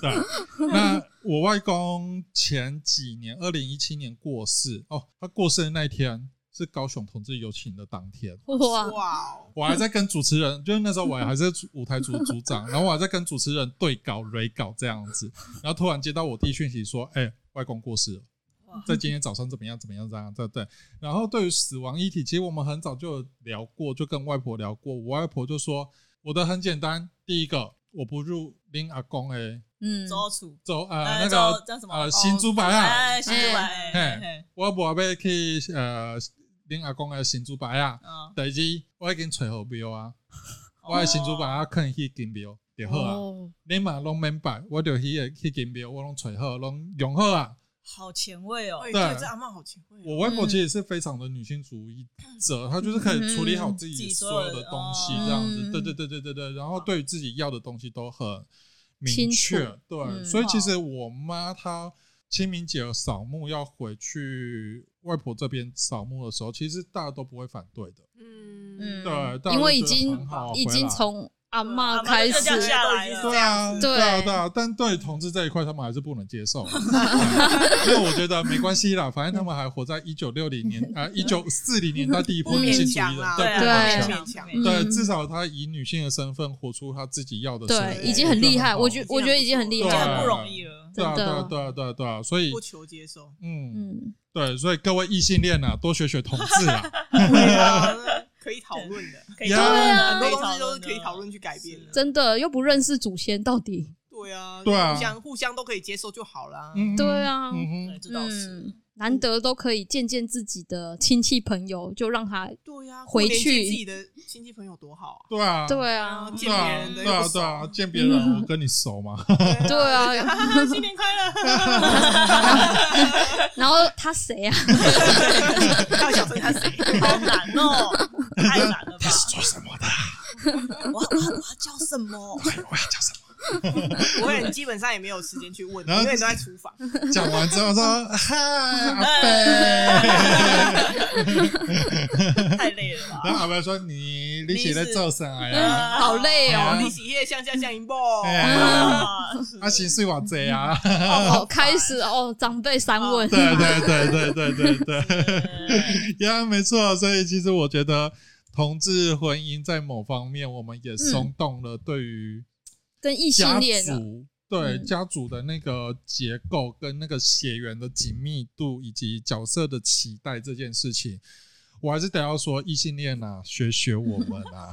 对，那我外公前几年，二零一七年过世哦，他过世的那一天是高雄同志游行的当天，
哇，
哇哦，
我还在跟主持人，就是那时候我还是舞台组组长，然后我还在跟主持人对稿、蕊稿这样子，然后突然接到我弟讯息说，哎、外公过世了
哇。
在今天早上怎么样？怎么样？怎么样？对对。然后对于死亡议题，其实我们很早就有聊过，就跟外婆聊过。我外婆就说，我的很简单，第一个我不入拎阿公诶，
嗯，
周楚，
走呃
呃
那
周
个
叫什么？
呃新
猪
竹白啊，
哎，新猪白，
嘿
哎嘿，
我不要去呃拎阿公诶新竹白啊，
嗯，
第二我已经找好庙啊。我的新主把它肯去金庙就好啊。
哦，
你嘛拢免拜，我就迄个去金庙，我拢揣好，拢用好啊。
好前卫哦
哎，，
对
对，这阿嬷好前卫哦，
我外婆其
嗯
实是非常的女性主义者，她就是可以处理好自己所有的东西，这样
嗯
子。对对对对对对，然后对于自己要的东西都很明
清
确
楚。嗯
对，所以其实我妈她清明节扫墓要回去外婆这边扫墓的时候，其实大家都不会反对的。
嗯
嗯
对，大家
因为
都
已
觉得
经
很好
已经
回来
从阿嬷
妈
嗯
开
就这样
始，
下来了，
对啊，
对
对啊，对啊，但对同志这一块，他们还是不能接 受。所以我觉得没关系啦，反正他们还活在一九六零年 啊，一九四零年代第一波
不
女
嗯勉
性主
强
义
啦
的，
对
对，
啊
不
对
勉
不
强。
勉强
嗯
对，至少她以女性的身份活出她自己要的生活，
对，已经很厉害，我觉我觉得已经很厉
已经很
害了，
不容易了。
对啊，对啊，
真的
对啊，对啊，对啊，所以
不求接受，
嗯，
嗯，
对，所以各位异性恋啊，多学学同志 啊，
对啊，可以讨论的，
可以
呀
讨论
对
的
啊
很多东西都是可以讨。
的
论去改变的，
真的又不认识祖先到底，
对啊，
对啊
互相互相都可以接受就好啦。
嗯，
对啊，
嗯
对，
哼，
这倒是。
嗯，难得都可以见见自己的亲戚朋友，就让他，
对呀，
回
多联
去
系自己的亲戚朋友多好啊。
对啊，
对嗯
啊
啊，
见
对
别
啊
人，的
对啊，
又不
对啊，
熟
见别人，我跟你熟吗？
对啊，
新年快乐！
然后他谁啊？
要想说他谁，好难哦，太难了吧？
做什么的？
我我我要叫什么？
我要叫什么？
我也基本上也没有时间去问，
然后
因为都在厨房。
讲完之后说：“嗨，阿贝。
太累了”吧？
然后阿贝说：“你你是在做啥呀？
嗯
好累
啊
哦，
你喜夜向下向一波，
哎呀，
啊，
啊，薪水偌济啊，
哦，开始哦，长辈三问！”对
对对对对对对对，呀，没错。啊所以其实我觉得同志婚姻在某方面，我们也松动了对于
跟异性
家
恋啊，
族。对
嗯
家族的那个结构跟那个血缘的紧密度，以及角色的期待这件事情，我还是得要说异性恋啊，学学我们啊。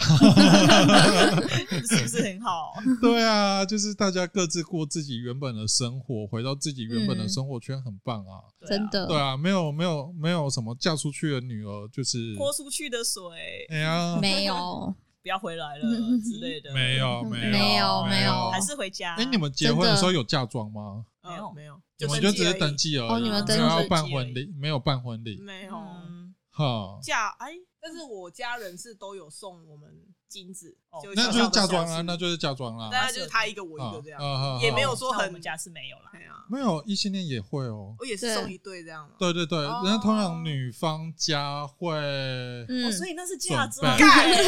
是不是很好？
对啊，就是大家各自过自己原本的生活，回到自己原本的生活圈，很棒啊。
对啊
真，的，
对啊，没有没有没有什么嫁出去的女儿，就是
泼出去的水
哎呀，
没有，
不要回来了
嗯
之类的，
没，有没有
没有没
没
有
还是回家。
啊
哎，你们结婚的时候有嫁妆吗？
没有没有，
你
登
们
记
就只是
而已
登记而已，
哦你们登
没
记
有要办婚礼，没有办婚礼
没有，
嗯，
哈，
嫁哎，但是我家人是都有送我们金子，
哦
就
那
小
就
小
是
的
嫁
小
妆
吃
啦，那就是嫁妆啊啦。
大概就是他一个我一个这样，
啊
也没有
啊
说
像我
很
们家是没有啦
哎，呀，
没有异性恋也会哦。
我也是
对
送一对这样嘛。
对对对，
哦
人家通常女方家会，
嗯
哦，所以那是嫁
准
妆，
备
干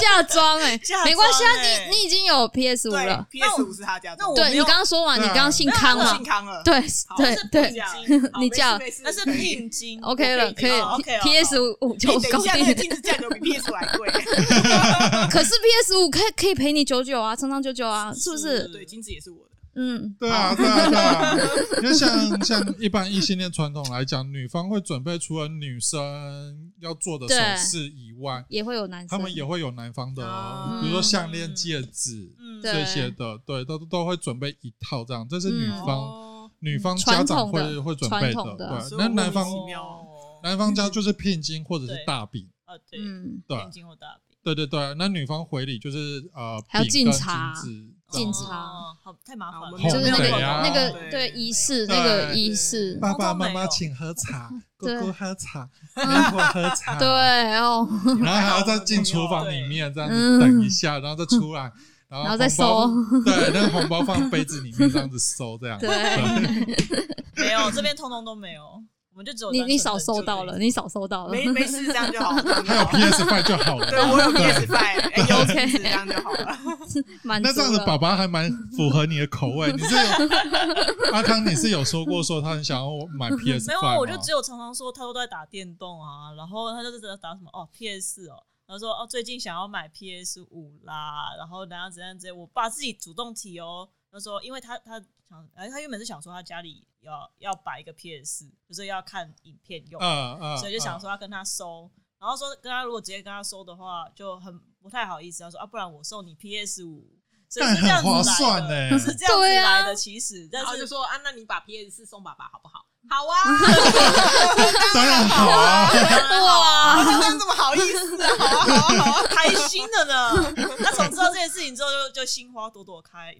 嫁妆哎
嫁，妆
没关系啊，
欸
你你已经有 PS 五
对
了，
，PS 五是他家的，
那我
对
没
你
有
刚刚说完，你
对啊
刚刚姓康
我
嘛
姓，康了，
对
好
对
是不
对
嫁
好，
你
没事
嫁
没事
那是
可以
聘金
，OK 了，可以
哦 OK 哦
PS 五就
等
搞
一下那个
定。
金子价格比 PS 五还 贵，
可是 PS 五可以可以陪你久久啊，长长久久啊，是不是？
对，金子也是我的，
嗯，
对啊对啊对啊，因为像像一般异性恋传统来讲，女方会准备除了女生要做的
对
首饰以外，
也会有男生，
他们也会有男方的哦，
啊
比如说项链、戒指
嗯，
对
这些的，对，都都会准备一套这样，这是女
嗯
方
哦，
女方家长
传统
会
的
会准备
传统的
对，
所以
呃那
我莫
男
名
方
其妙哦
男方家就是聘金或者是
对
大饼，
啊，对，
嗯，
对
聘金或大饼，
对对对，那女方回礼就是呃，
还有
饼
敬
跟
茶
金子
敬
这样
茶
哦，好，太麻烦
好我
了，
们
就是那个
烘焙啊
那个
对
对仪式
对
那个仪式，
爸爸
通常
妈
没
妈
有
请喝 茶，姑
对嗯
姑喝 茶，娘我喝茶，
对哦，
然后还要再进厨房里面这样子
嗯
等一下，然后再出来，然
然
后
后再
红包，对，那个红包放杯子里面这样子收， 这样
对，
没有，这边通通都没有，我们就只有
你
单纯
你少
的
收到
这
了，
个
你少收到了，
没没事，这样就好 了。
还有 PS Five 就好
对
了。
我有 PS 5哎， 有
OK
金子这样就好了。
满足
那这样子，爸
了。
爸还蛮符合你的口 味。你是有阿康，你是有说过说他很想要
嗯
买 PS
没有
Five 吗？
啊，我就只有常常说他都在打电动啊，然后他就是在打什么哦 PS 哦，然后说哦最近想要买 PS 五啦，然后怎样怎样怎样，我爸自己主动提哦，他说因为他他想，哎他原本是想说他家里要要摆一个 PS，就是要看影片用，
嗯嗯，
所以就想说要跟他收，然后说跟他如果直接跟他收的话就很不太好意思，他说啊不然我送你 PS 五，所以
但
是这样
很
子
划
来
算欸
的。
呢。
是这样子
对啊
来的，其实，但
然后
是
就说啊，那你把 PS 四送爸爸好不好？
嗯
好 啊，
当然好啊，
哇，
他们怎么好意思啊？好啊，好啊，好啊。
开心的呢。他从知道这件事情之后就，就心花朵朵开。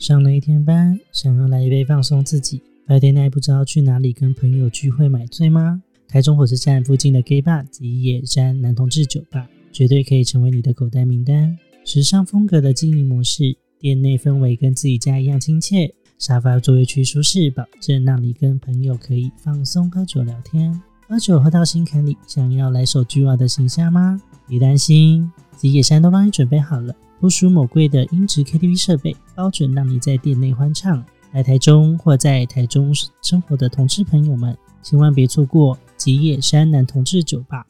上了一天班，想要来一杯放松自己。白天那不知道去哪里跟朋友聚会买醉吗？台中火车站附近的 gay bar 及野山男同志酒吧，绝对可以成为你的口袋名单。时尚风格的经营模式，店内氛围跟自己家一样亲切，沙发座位区舒适，保证让你跟朋友可以放松喝酒聊天。喝酒喝到心坎里，想要来首巨蛙的形象吗？别担心，吉野山都帮你准备好了。不输某贵的音质 KTV 设备，包准让你在店内欢唱。来台中或在台中生活的同志朋友们，千万别错过吉野山男同志酒吧。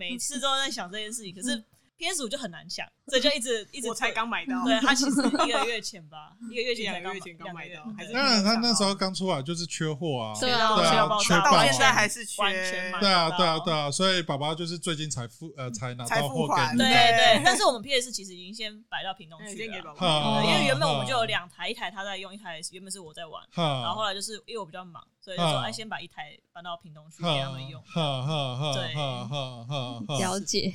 每次都在想这件事情，可是 PS 五就很难想，所以就一直一直
我才刚买到，
对他其实一个月前吧，一个月前才
两个
刚
月前刚买到，还是
当然他那时候刚出来就是缺货啊，
对
到
对啊
到爆
缺
炸
爆
到
啊
现在还是缺，
完全买
对啊，对啊，
到
对啊，所以爸爸就是最近才付
嗯
呃才拿
才
到
付
货给
款
你，
对
对
对，但是我们 PS 其实已经先摆到屏东
嗯
去
先给
了
爸
啦。
爸。
对，因为原本我们就有
哈
两台，一台他在用，一台原本是我在玩，然后后
哈
来就是因为我比较忙，所以就说
嗯
哎，先把一台搬到屏东去给他
哈
们用。
哈哈哈
对
哈哈哈哈
嗯了解，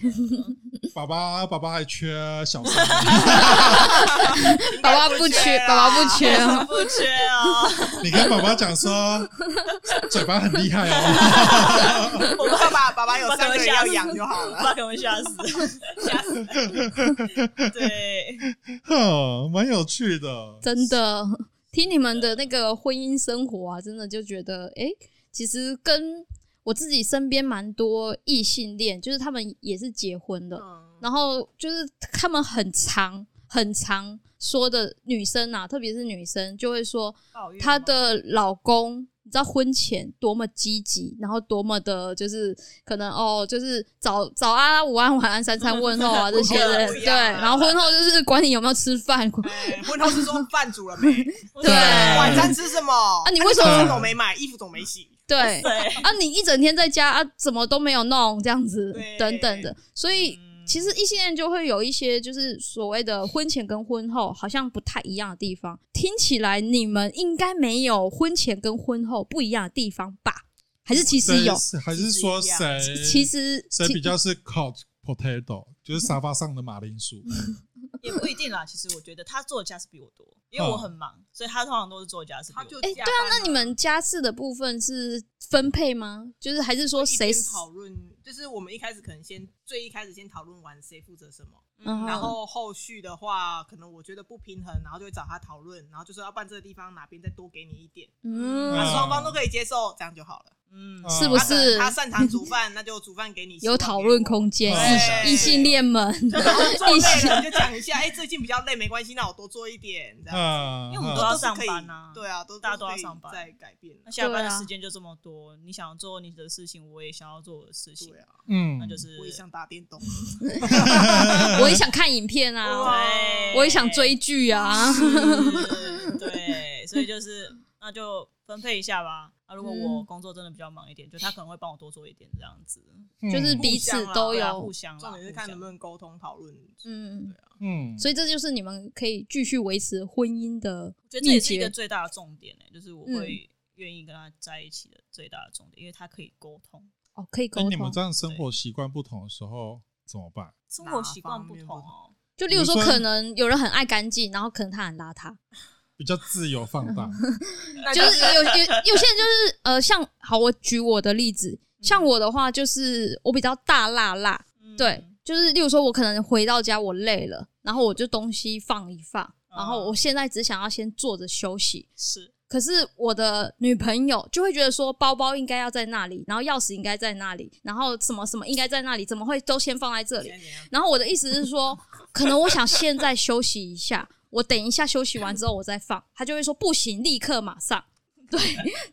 爸爸爸爸还缺小生，
爸爸不缺，爸爸不 缺哦，
不缺啊，
你跟爸爸讲 说嘴巴很厉害哦，
我们爸爸爸爸有三个人要养就 好
我
了。
爸给我们吓死， 吓死。对，
哼，蛮有趣的。
真的听你们的那个婚姻生活啊，真的就觉得，诶，其实跟我自己身边蛮多异性恋，就是他们也是结婚的，然后就是他们很长很长说的女生啊，特别是女生就会说
抱怨
她
吗
的老公。你知道婚前多么积极，然后多么的，就是可能哦，就是早早安啊、午安、晚安、三餐问候啊这些人，
不一
对，
样啊
然后婚后就是管你有没有吃饭，
哎婚后是说饭煮了没？
对
晚餐吃什么？啊
你为什么
早餐总没买？衣服总没洗？
对，
对，
啊，你一整天在家啊，怎么都没有弄这样子
对，
等等的，所以其实异性恋就会有一些就是所谓的婚前跟婚后好像不太一样的地方。听起来你们应该没有婚前跟婚后不一样的地方吧？还是其实有？
谁还是说谁？
其实
谁
其嗯
比较是 c o t potato，就是沙发上的马铃薯。
也不一定啦。其实我觉得他做的家事比我多，因为我很
嗯
忙，所以他通常都是做家事比我
他
多。
就
哎、
对
对啊，那你们家事的部分是分配吗？就是还是说谁
一边讨论，就是我们一开始可能先最一开始先讨论完谁负责什么，
嗯
然后后续的话，可能我觉得不平衡，然后就会找他讨论，然后就说要办这个地方哪边再多给你一点，那
嗯
啊
双方都可以接受，这样就好了。
嗯，
啊
是不
他可能
是
他擅长煮饭，那就煮饭给你吃。
有讨论空间？
对
异异性恋们，
我给我。 做累
异性
了你就讲一下，哎，最近比较累，没关系，那我多做一点，这
嗯
样。
啊，
因为我们
都
都要
是
上
可以
班啊
对啊，都
大家都
可
要
以
上班
在改变
那。下班的
对啊
时间就这么多，你想做你的事情，我也想要做我的事情
对，啊，
嗯，
那就是
我也想打电动，
我也想看影片啊，
对，
我也想追剧啊。
是 对，所以就是那就分配一下吧。那如果我
嗯
工作真的比较忙一点，就他可能会帮我多做一点这样子，
就是
嗯
彼此
互相啦
都
对啊
有
互，相啦，
重点是看能不
能
能沟通讨论。
嗯，
嗯，
所以这就是你们可以继续维持婚姻的
我觉得这
秘
也是一个
诀。
最大的重点呢、就是
嗯
我会愿意跟他在一起的最大的重点，因为他可以沟通，
哦，可以
那
沟
你们
通
这。样生活习惯不同的时候怎么办？
生活习惯不同
哪方
哦、
就例如说，
比如说
可能有人很爱干净，然后可能他很邋遢，
比较自由放荡，
就是有有有些人就是呃，像好，我举我的例子，像我的话就是我比较大辣辣，
嗯
对，就是例如说，我可能回到家我累了，然后我就东西放一放，然后我现在只想要先坐着休息。
是
可是我的女朋友就会觉得说，包包应该要在那里，然后钥匙应该在那里，然后什么什么应该在那里，怎么会都先放在这里？啊
现在怎样
然后我的意思是说，可能我想现在休息一下，我等一下休息完之后我再放，他就会说不行，立刻马上。 对，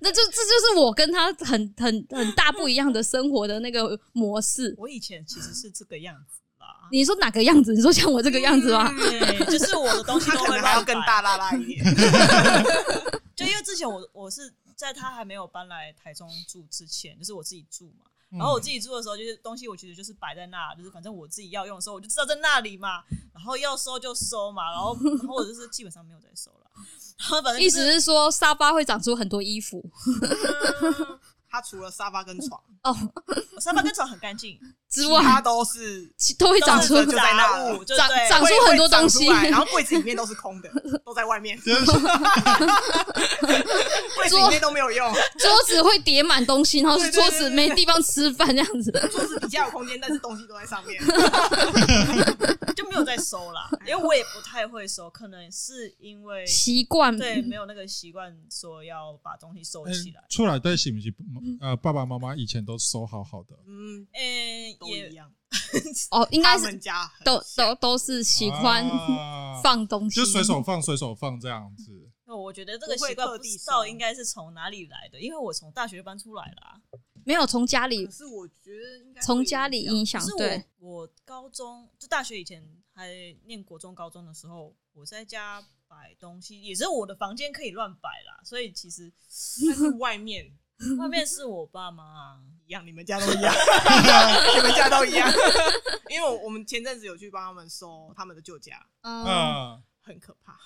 那就这就是我跟他很很很大不一样的生活的那个模式。，
我以前其实是这个样子啦
你说哪个样子？你说像我这个样子吗？
对，就是我的东西
他
都
可
会
能还要
乱
更
摆
大拉拉一点。
就因为之前我我是在他还没有搬来台中住之前，就是我自己住嘛。
嗯
然后我自己住的时候，就是东西我其实就是摆在那，就是反正我自己要用的时候，我就知道在那里嘛。然后要收就收嘛，然后然后我就是基本上没有在收了。 然后反正
意
就
思
是
是说沙发会长出很多衣服
嗯
他除了沙发跟床，
我沙发跟床很干净，
哦之
其他
外，
都是
其都会长出
都
这
是
就在那
杂
了
物，就
长
对
长出
会
很多东西
会长出 来然后柜子里面都是空的，都在外面，柜子里面都没有用，
桌子会叠满东西，然后
对对
桌子
对对
没地方吃饭这样子。
桌子底下有空间，但是东西都在上面。
就没有在收 啦，因为我也不太会收，可能是因为
习惯
对没有那个习惯说要把东西收起来
哎。出来对是不是？呃，爸爸妈妈以前都收好好的，
嗯，
嗯，
都
也
一样，
哦，应该
他
是
们家很
都都都是喜欢
啊
放东西，
就随手放随手放这样子。
那我觉得这个
不会
习惯
特
不
地
知道
收
应该是从哪里来的，因为我从大学搬出来啦、
没有从家里
可是我觉得应该会
从家里影
可
响
是
对。
我我高中就大学以前还念国中、高中的时候，我在家摆东西，也是我的房间可以乱摆啦，所以 其实
但是外面
外面是我爸妈啊。
一样，你们家都一样，你们家都一样。 因为我我们前阵子有去帮他们收他们的旧家，
嗯，
啊，
很可怕。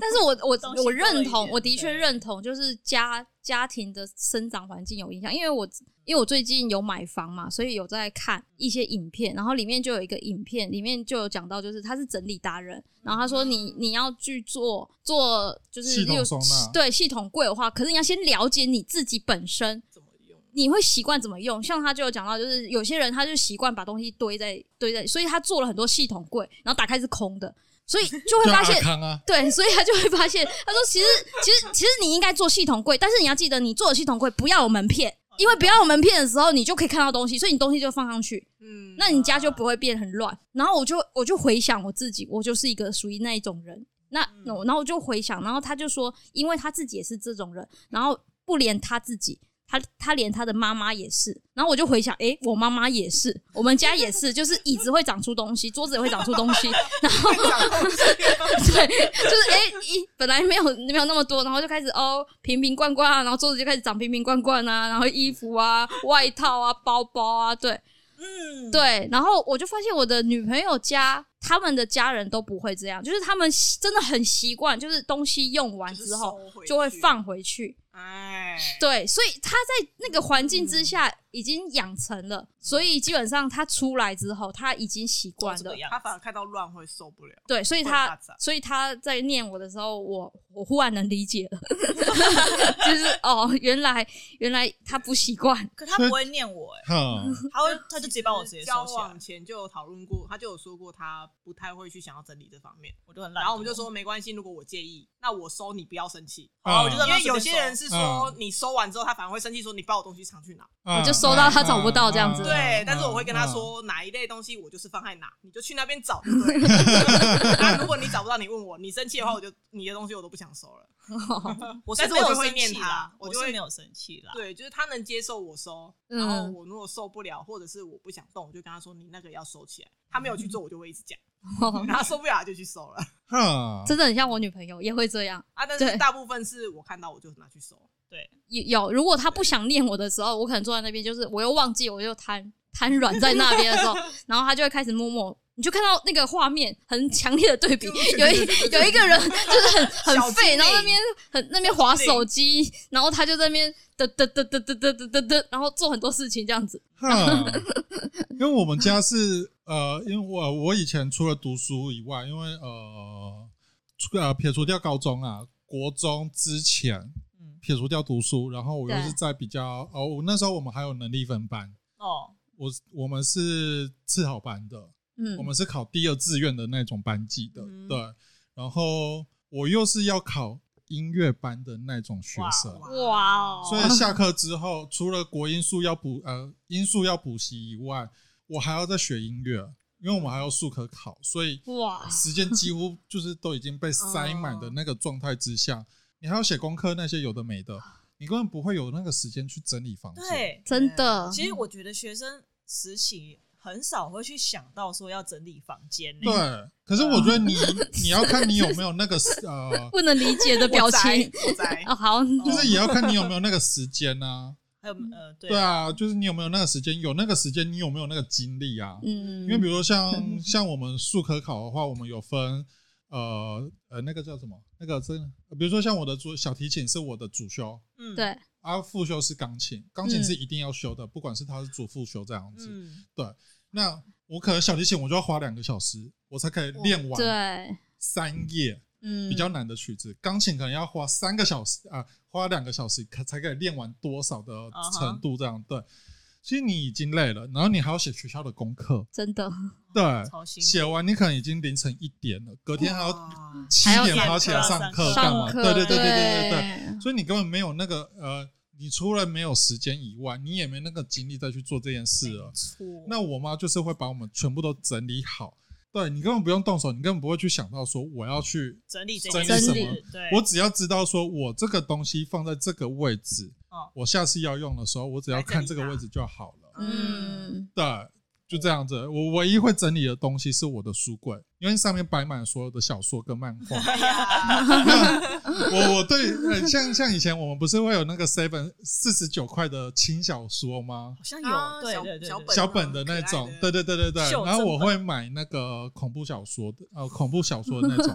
但是我我
东西
我
多了
认
一
同，
点
我的确
对
认同，就是家家庭的生长环境有影响，因为我因为我最近有买房嘛，所以有在看一些影片，然后里面就有一个影片，里面就有讲到，就是他是整理达人，然后他说
嗯
你你要去做做就是
系统
例如
收纳
对系统柜的话，可是你要先了解你自己本身，
怎么用？
你会习惯怎么用？像他就有讲到，就是有些人他就习惯把东西堆在堆在，所以他做了很多系统柜，然后打开是空的，所以就会
就
发
阿
现
康啊，
对，所以他就会发现， 他说其实其实其实你应该做系统柜，但是你要记得你做的系统柜不要有门片，因为不要有门片的时候，你就可以看到东西，所以你东西就放上去，
嗯，
那你家就不会变很乱。然后我就我就回想我自己，我就是一个属于那一种人。那那我然后我就回想，然后他就说，因为他自己也是这种人，然后不连他自己。他他连他的妈妈也是，然后我就回想，诶，我妈妈也是，我们家也是，就是椅子会长出东西，桌子也会长出东西，
会长东西
对，就是哎，一、本来没有没有那么多，然后就开始哦瓶瓶罐罐啊，然后桌子就开始长瓶瓶罐罐啊，然后衣服啊、外套啊、包包啊，对
嗯，
对，然后我就发现我的女朋友家他们的家人都不会这样，就是他们习真的很习惯，就是东西用完之后
就是收回去
就会放回去，
哎，
对，所以他在那个环境之下。已经养成了，所以基本上他出来之后，他已经习惯
这
了
个。样
他反而看到乱会受不了。
对，所以
会啊发
他
展
所以他在念我的时候，我我忽然能理解 了， 就是哦，原来原来他不习惯，
可他不会念我哎、
哈，
他会他就直接把我直接
交
收起
往
来，
前就有讨论过，他就有说过他不太会去想要整理这方面。
我就很懒。
然后我们就，说没关系，如果我介意，那我收你不要生气，
好，我就
嗯
让
因
他
为
随
有
便
些
收
人是说你收完之后，他反而会生气，说你把我东西藏去哪。
我
就收到他找不到这
嗯
样子
对，但是我会跟他，说哪一类东西我就是放在哪，你就去那边找就对了。 那如果你找不到，你问我，你生气的话，我就你的东西我都不想收了。
我
但
是
是
没
我
有
就会
生
念
气
他
啦，
我
我
就是会
没有生气啦。
对，就是他能接受我收，
嗯
然后我如果受不了，或者是我不想动，我就跟他说你那个要收起来。他没有去做，我就会一直讲，然后受不了他就去收了
哈，
真的很像我女朋友也会这样。
啊。但是
对
大部分是我看到我就拿去收，
有，有如果他不想念我的时候，我可能坐在那边，就是我又忘记，我又瘫瘫软在那 边的时候，然后他就会开始摸摸。你就看到那个画面很强烈的对比，有一有一个人就是很
小
很废，
精灵
然后那边很那边划手机，然后他就在那边嘚嘚嘚嘚嘚嘚嘚嘚嘚，然后做很多事情这样子。
哈，因为我们家是呃，因为我我以前除了读书以外，因为呃，除呃撇除掉高中啊，国中之前
嗯，
撇除掉读书，然后我又
对
是在比较哦，我那时候我们还有能力分班，
哦，
我我们是次好班的，
嗯
我，们是考第二志愿的那种班级的，
嗯
对。然后我又是要考音乐班的那种学生，
哇
哇哦，
所以下课之后，除了国音数要补呃音数要补习以外，我还要再学音乐，因为我们还有数科考，所以
哇，
时间几乎就是都已经被塞满的那个状态之下，你还要写功课那些有的没的，你根本不会有那个时间去整理房间。
对，
真的，
其实我觉得学生时期很少会去想到说要整理房间、欸，
对，可是我觉得你你要看你有没有那个呃，
不能理解的表情。
我在
哦，好，
就是也要看你有没有那个时间啊。
还有
嗯
呃，对
对啊，就是你有没有那个时间？有那个时间，你有没有那个精力啊？
嗯，
因为比如说像像我们数科考的话，我们有分呃呃那个叫什么？那个真的，比如说像我的主小提琴是我的主修，
嗯，
对，
啊副修是钢琴，钢
嗯
琴是一定要修的，不管是它是主副修这样子。
嗯，
那我可能小提琴我就要花两个小时，我才可以练完
对，
三页
嗯，
比较难的曲子，钢琴可能要花三个小时啊，花两个小时可才可以练完多少的
啊
程度这样对。其实你已经累了，然后你还要写学校的功课，
真的，
对，
超辛苦
写完你可能已经凌晨一点了，隔天还要
哇
七点爬起来上课干
上
嘛？
课
对对对对对对对，
对
所以你根本没有那个呃，你除了没有时间以外，你也没那个精力再去做这件事了。
错
那我妈就是会把我们全部都整理好，对你根本不用动手，你根本不会去想到说我要去，
整理这
整
件
理
事
什么
对，
我只要知道说我这个东西放在这个位置
哦，
我下次要用的时候，我只要看这个位置就好了。
嗯，
对，就这样子。我唯一会整理的东西是我的书柜，因为上面摆满所有的小说跟漫画。
哎 呀，
我我对，呃像像以前我们不是会有那个 seven 四十九块的轻小说吗？
好像
啊
有对
小
对对
小
对
本
小本的那种
可爱，的
对对对对对。
袖珍
然后我会买那个恐怖小说的，呃，恐怖小说的那种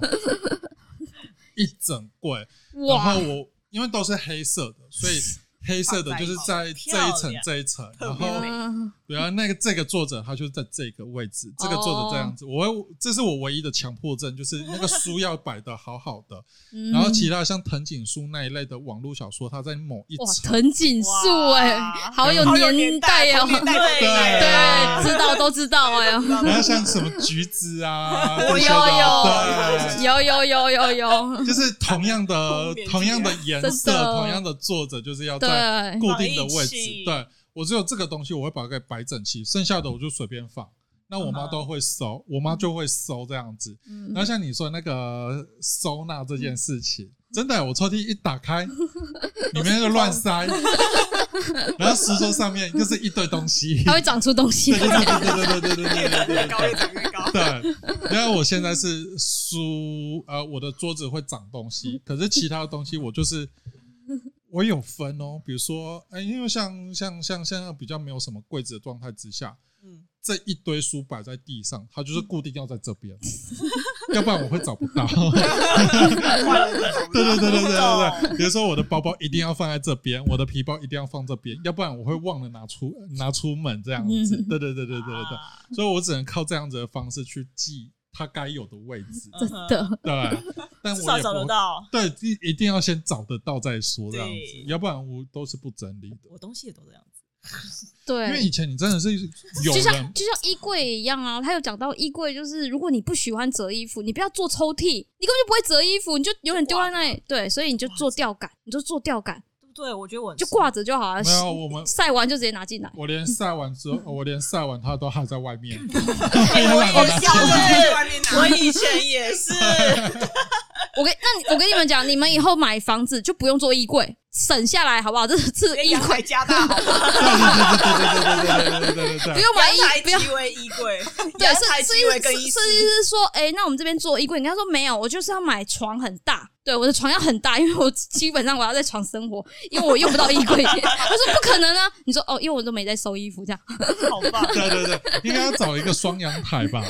一整柜。然
哇
后，我因为都是黑色的，所以黑色的就是在这一
漂
层
亮
这一层，
特
然
别
后
美
嗯
然后啊那个这个作者他就是在这个位
哦
置，这个作者这样子，我会这是我唯一的强迫症，就是那个书要摆的好好的，
嗯
然后其他像藤井树那一类的网络小说，它在某一
哇，
层，
藤井树哎，
哇
好有
好有
年
年代
哦
好，有年代
对
对，知道都知道哎，
然后像什么橘子 啊，
有
这些的
有有有有有，
对，就是同样 的
面具啊
同样的颜色
真的，
同样的作者，就是要在
对，
固定的位
放
置
一起。
对我只有这个东西，我会把它给摆整齐，剩下的我就随便放。那我妈
嗯哼
都会收，我妈就会收这样子。
嗯
然后像你说那个收纳这件事情，真的，我抽屉一打开，里面就乱塞，然后书桌上面又是一堆东西。
它会长出东西
对对
来，
对对对对对对对对
越高越
对
长越 高。
对。因为我现在是书，呃，我的桌子会长东西，可是其他的东西我就是。我有分哦，比如说，哎、因为像像像现在比较没有什么柜子的状态之下，
嗯，
这一堆书摆在地上，它就是固定要在这边，要不然我会找不到。
换了这种
对对对对对对对，比如说我的包包一定要放在这边，我的皮包一定要放这边，要不然我会忘了拿出拿出门这样子。对对对对对对对，
啊
所以我只能靠这样子的方式去记它该有的位置，
嗯
真的，
对。但
至
我
少
也
找得
不
到，
对，一一定要先找得到再说这样子
对，
要不然我都是不整理的。
我东西也都这样子。
对，
因为以前你真的是有
就像
人
就像衣柜一样啊，他有讲到衣柜，就是如果你不喜欢折衣服，你不要做抽屉，你根本就不会折衣服，你就永远丢在那里。对，所以你就做吊杆，你就做吊杆，
对不对？我觉得我很
就挂着就好了。啊
没有我们
晒完就直接拿进来。
我连晒完之后，我连晒完它都还在外面。
我也
要在外面拿
我以前 也是，
我跟那你我跟你们讲，你们以后买房子就不用做衣柜，省下来好不好？这是这是
连
衣
阳
柜
台加 大好吗？
对对对对对对对对对对对
不
对。
用买
阳
衣，
台
不用
极为衣柜，
对，
阳
设
台
设
极为更
计
衣
师
室
设计师说，哎、那我们这边做衣柜，你跟他说没有，我就是要买床很大，对，我的床要很大，因为我基本上我要在床生活，因为我用不到衣柜。 我说不可能啊，你说哦，因为我都没在收衣服，这样
好 棒！
对对对，应该要找一个双阳台 吧？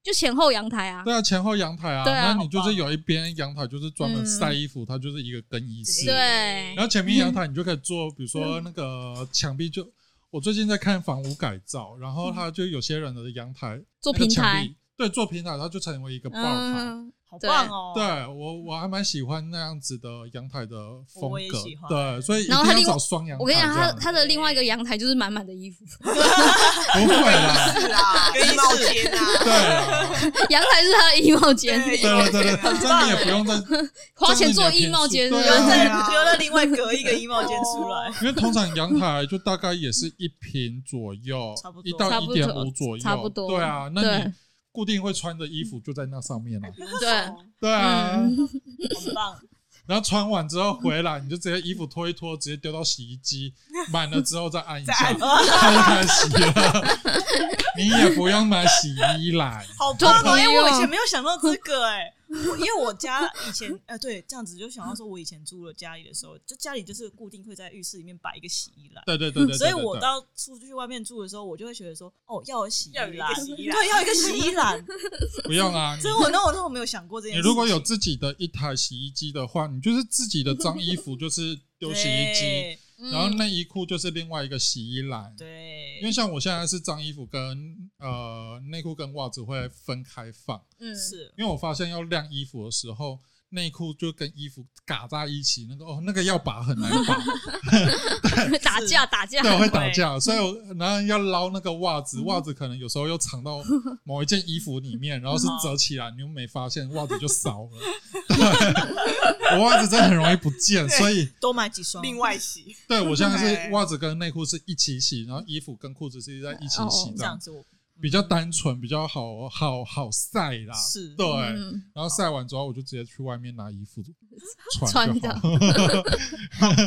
就前后阳台啊，
对啊，前后阳台啊，
对啊嗯
那你就是有一边阳台就是专门晒衣服，它就是一个更衣室。
对
然后前面阳台你就可以做，比如说那个墙壁就，我最近在看房屋改造，然后它就有些人的阳台
做
那个
平
墙
台
壁，对，做平台它就成为一个爆台。
嗯，
好棒哦！
对我我还蛮喜欢那样子的阳台的风
我也
格
喜，欢
对，所以一定
然后它
要
另外
找双阳台
我
这
跟你
样
讲，
子。
他他的另外一个阳台就是满满的衣服，
不会啦，
是啦，
更衣室
衣帽间啊，
对啊，
阳台是他的衣帽间，
对
对对对对，这样你也不用 再
花钱做衣帽间，
对
留
啊
在
对啊
留在另外隔一个衣帽间出来，
因为通常阳台就大概也是一平左右，
差不多
一到
差
一
不多
点五左右，
差不多
对啊，那你
对
固定会穿的衣服就在那上面了。
对，
对啊，
嗯，
哦
很棒！
然后穿完之后回来，你就直接衣服脱一脱，直接丢到洗衣 机，满了之后再按一
再
下，它
按
就开始洗了。你也不用买洗衣篮，
好棒
都
哦！
不
因为我以
用
前没有想到这个哎、我因为我家以前呃对这样子就想到说，我以前住了家里的时候，就家里就是固定会在浴室里面摆一个洗衣篮。
对对对对对对
所以我
对
到出去外面住的时候，我就会觉得说，哦，要有洗衣
要有一
篮
个，洗衣篮
对，要有一个洗衣 篮。
不用啊，你
所以我那我那我没有想过这件
你
事情。
如果有自己的一台洗衣机的话，你就是自己的脏衣服就是丢洗衣机，
对
然后内衣裤就是另外一个洗衣篮。
对，
因为像我现在是脏衣服跟呃内裤跟袜子会分开放，
嗯，
是
因为我发现要晾衣服的时候，内裤就跟衣服嘎在一起，那个哦那个要拔很难拔，
打架打架，
对，会打架，所以我然后要捞那个袜子，袜子可能有时候又藏到某一件衣服里面，然后是折起来，你又没发现，袜子就少了。对 我袜子真的很容易不见，所以
多买几双。
另外洗，
对我现在
欸
是
对
袜子跟内裤是一起洗，然后衣服跟裤子是在一起洗
哦
这
这样
样。子我
比较单纯，比较好好好晒啦，
是
对。
嗯。
然后晒完之后，我就直接去外面拿衣服穿
穿
就好。
方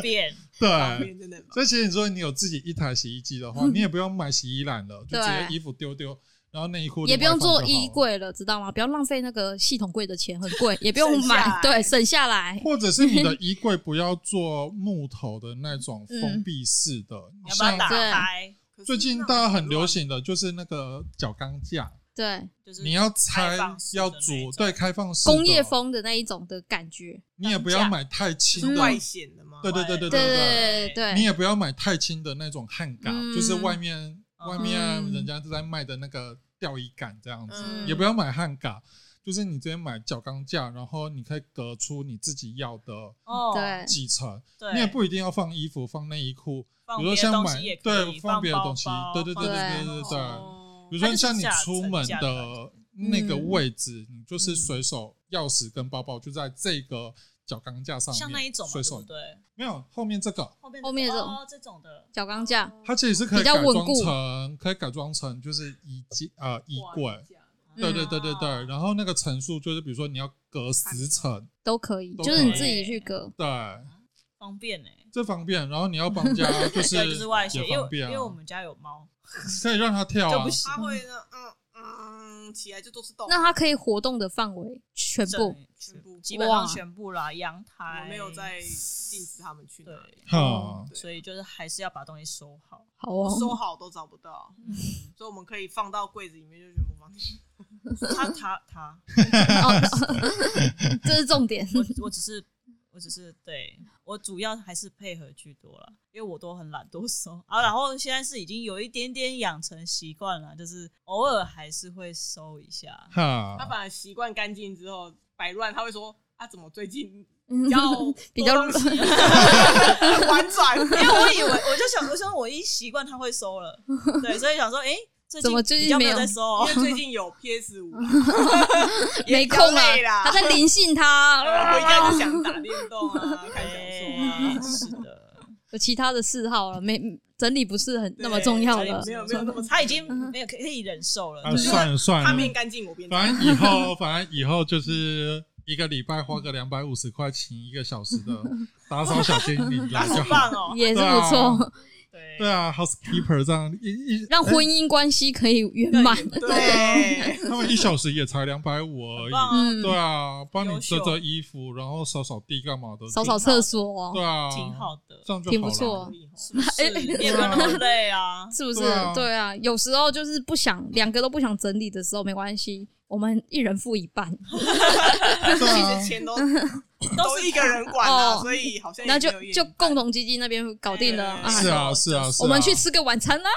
便，
旁
对，
边真的很忙
所以其实你说你有自己一台洗衣机的话，你也不用买洗衣篮了，就直接
对
衣服丢丢，然后内衣裤
也不用
另外放
做
就好
衣柜了，知道吗？不要浪费那个系统柜的钱，很贵，也不用
省
买
下来，
对，省下来。
或者是你的衣柜不要做木头的那种封闭式 的，
你要把
像
它打
对
开，
可是
最近
啊
那种
大家很流
乱
行的就是那个角钢架，
对，
就是
你要拆
开放式的
要
那
组
种
对开放式的
工业，风的那一种的感觉，
你也不要买太轻
是
的
外显的嘛，
对对对对
对
对
对
你
对
也不要买太轻的那种焊杆，
嗯
就是外面
嗯
外面人家在卖的那个吊衣杆这样子，
嗯
也不要买焊杆，就是你直接买角钢架，然后你可以隔出你自己要的
哦，
对，
几层，
对，
你也不一定要放衣服、放内衣裤，
放
比如
别
说像
的东
买
西也可以
对放别的
包
东西
包，
对对对
放
对
对
对对对，
哦
比如说像你
它就是
出门
架子
的那个
嗯
位置，你
嗯
就是随手钥匙跟包包就在这个角钢架上面，
像那一种嘛，
随
对不
手
对？
没有后面这个。
后面
后面
这
这
种
种
哦这种的
角钢架，
它其实是可以
比较
改
稳
装
固
成，可以改装成就是衣架呃衣柜，对对对对对。
嗯
然后那个层数就是，比如说你要隔十层，
都可以，
都
就是你
可以
自己去隔。
对，
啊方便呢，
这方便。然后你要搬 家就是
对，就是外显，
也
因
方
为
便
因
啊，
为我们家有猫，
可以让它跳
就
啊
不，行
他会呢，嗯，嗯，起来就都是洞。
那它可以活动的范围全部
整
全部
基本上
哇
全部啦，阳台
我没有在禁止他们去
对
哪，里，
哈，
所以就是还是要把东西收 好。
好哦，
收好都找不到，所以我们可以放到柜子里面，就全部放进去。
他他他，
这是重点。
我我只是我只是对我主要还是配合居多啦，因为我都很懒惰收啊。然后现在是已经有一点点养成习惯了，就是偶尔还是会收一下。
他
哈，
反而习惯干净之后摆乱，他会说：“啊，怎么最 近
嗯
比较
比较
多东西很 婉 转？”
因为我以为 我就想，我想我一习惯他会收了，对，所以想说，哎、最近
怎么最近
比较没
没有
在收
因
哦、
为最近有 PS 五，
没
也比
空
较
啊
累，啦
他在灵性他，
回家就想打电动啊，看小说啊
哎，是的。
有其他的嗜好了，没整理不是很 那么重要嗯了。
没有没有那么
他已经没有可以忍受了，
啊，
就是
算了算
他变
了，
干净，我变
反正以后，反正以后就是一个礼拜花个两百五十块，请一个小时 的打扫小精灵来就
好
好
棒。哦，
也是
啊
不错，
对
嗯
对啊，housekeeper 这样一 一
让婚姻关系可以圆满。
对，
他们一小时也才两百五而
很
已。
棒啊，
嗯，
对啊，帮你
优
折
秀
折衣服，然后扫扫地干嘛的，
扫扫厕所
对，啊，
挺，好的，
这样就
挺不
好啦
错
是不
哎
是？你也不用那么累 啊。
是不是
对啊？
对啊，有时候就是不想两个都不想整理的时候，没关系，我们一人付一半，
对啊
其实 钱都都一个人管
哦
啊，所以好像也
那就
没有一
就
人
共同基金那边搞定了啊
哎。
是啊，是啊，是啊
我们去吃个晚餐啦，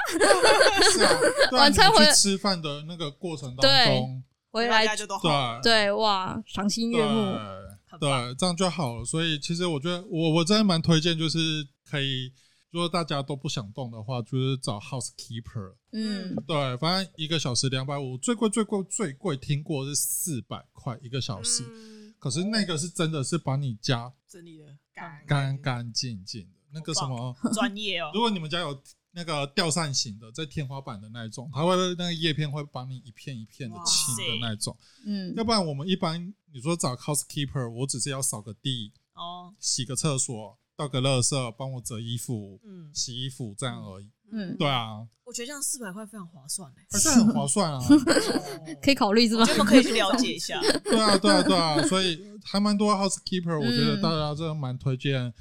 是啊，对啊
晚餐
你们
回
去吃饭的那个过程当
对
中，
回
大
来
家就都好了，
对啊
对哇，赏心悦目。
对啊
很
对，这样就好了。所以其实我觉得我我真的蛮推荐，就是可以，如果大家都不想动的话，就是找 housekeeper。
嗯，
对，反正一个小时两百五，最贵最贵最贵听过是四百块一个小时，
嗯
可是那个是真的是把你家
整理的干
干干净净的，那个什么，
专业哦
如，果你们家有。那个吊扇型的，在天花板的那一种，它会那个叶片会帮你一片一片的
哇
清的
塞
那一种，
嗯
要，不然我们一般你说找 housekeeper，我只是要扫个地，
哦，
洗个厕所，倒个垃圾，帮我折衣服、
嗯，
洗衣服这样而已。
嗯
对啊，
我觉得这样四百块非常划算
欸
哎，
而且很划算啊。
哦
可以考虑是吧
我觉？得我们可以去了解 一下，
对啊，对啊，对啊，所以还蛮多 housekeeper，我觉得
嗯
大家真的蛮推荐。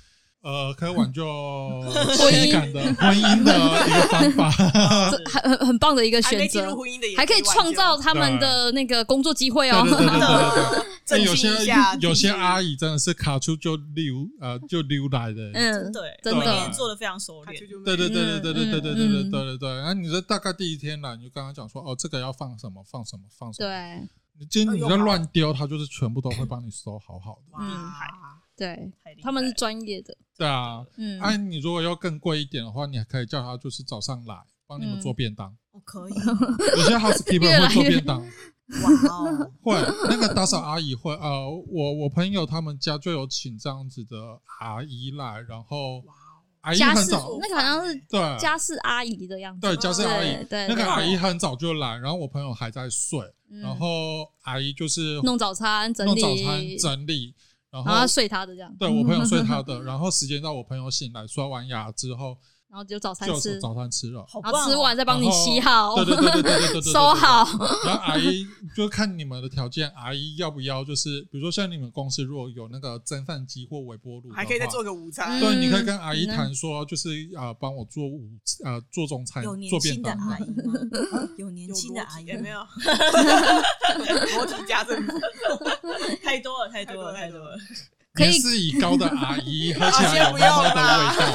呃，可以挽 救
婚
情
姻
感的婚姻的一个方法，
这 很很很棒的一个
还
选
没进入
择，
婚姻的也
还可以创造他们
啊
的那个工作机会哦
对。对对对对 对。
振
有些
兴一下，
有些
振兴
阿姨真的是卡出就溜，呃，就溜来的。
嗯，
对，
真
每
的
天做的非常熟
他就
练，
就
对对对对对对对对对对
嗯嗯
对对对。然后你说大概第一天啦，你就刚刚讲说哦，这个要放什么放什么放什么。
对啊
你今
呃
天你在乱丢，它就是全部都会帮你收好好 的。
哇
嗯
好
对，
太厉害了
他们是专业的，
对啊，
嗯，
哎，你如果要更贵一点的话，你还可以叫他就是早上来帮你们做便当。
我哦可以，
有些
越
housekeeper
来
会做
嗯越
便当，
哇哦，
会那个打扫阿姨会。呃，我我朋友他们家就有请这样子的阿姨来，然后阿姨
家
很
事
哦
早，
那个好像是
对
家事阿姨的样
嗯
子，
对家事阿姨
对，对，
那个
对
阿姨很早就来，然后我朋友还在睡，
嗯
然后阿姨就是
弄早餐整
弄
理，啊
早餐整理，然后
然后她睡她的这样，嗯
对我朋友睡他 的，然后时间到，我朋友醒来刷完牙之后
然后就早餐
就有
吃，
早餐吃了，
好
然
棒
后吃
哦，
完再帮你
然后
洗好，
对对对对对对对对，对
收。好，
然后阿姨就看你们的条件，阿姨要不要就是比如说像你们公司如果有那个蒸饭机或微波炉的话，
还可以再做个午餐，
对，你可以
嗯
跟阿姨
嗯
谈说，就是啊，呃帮我做午啊做中餐
有，
做
年
便
轻的
当。
阿姨吗？有年
有
轻的阿姨
也
吗
没有， 逻辑家政妇，
太多了，太多了，太
太
多
多
了
了。
可以
年事已高的阿姨喝起来
先
有
不
妈
要
妈
了
的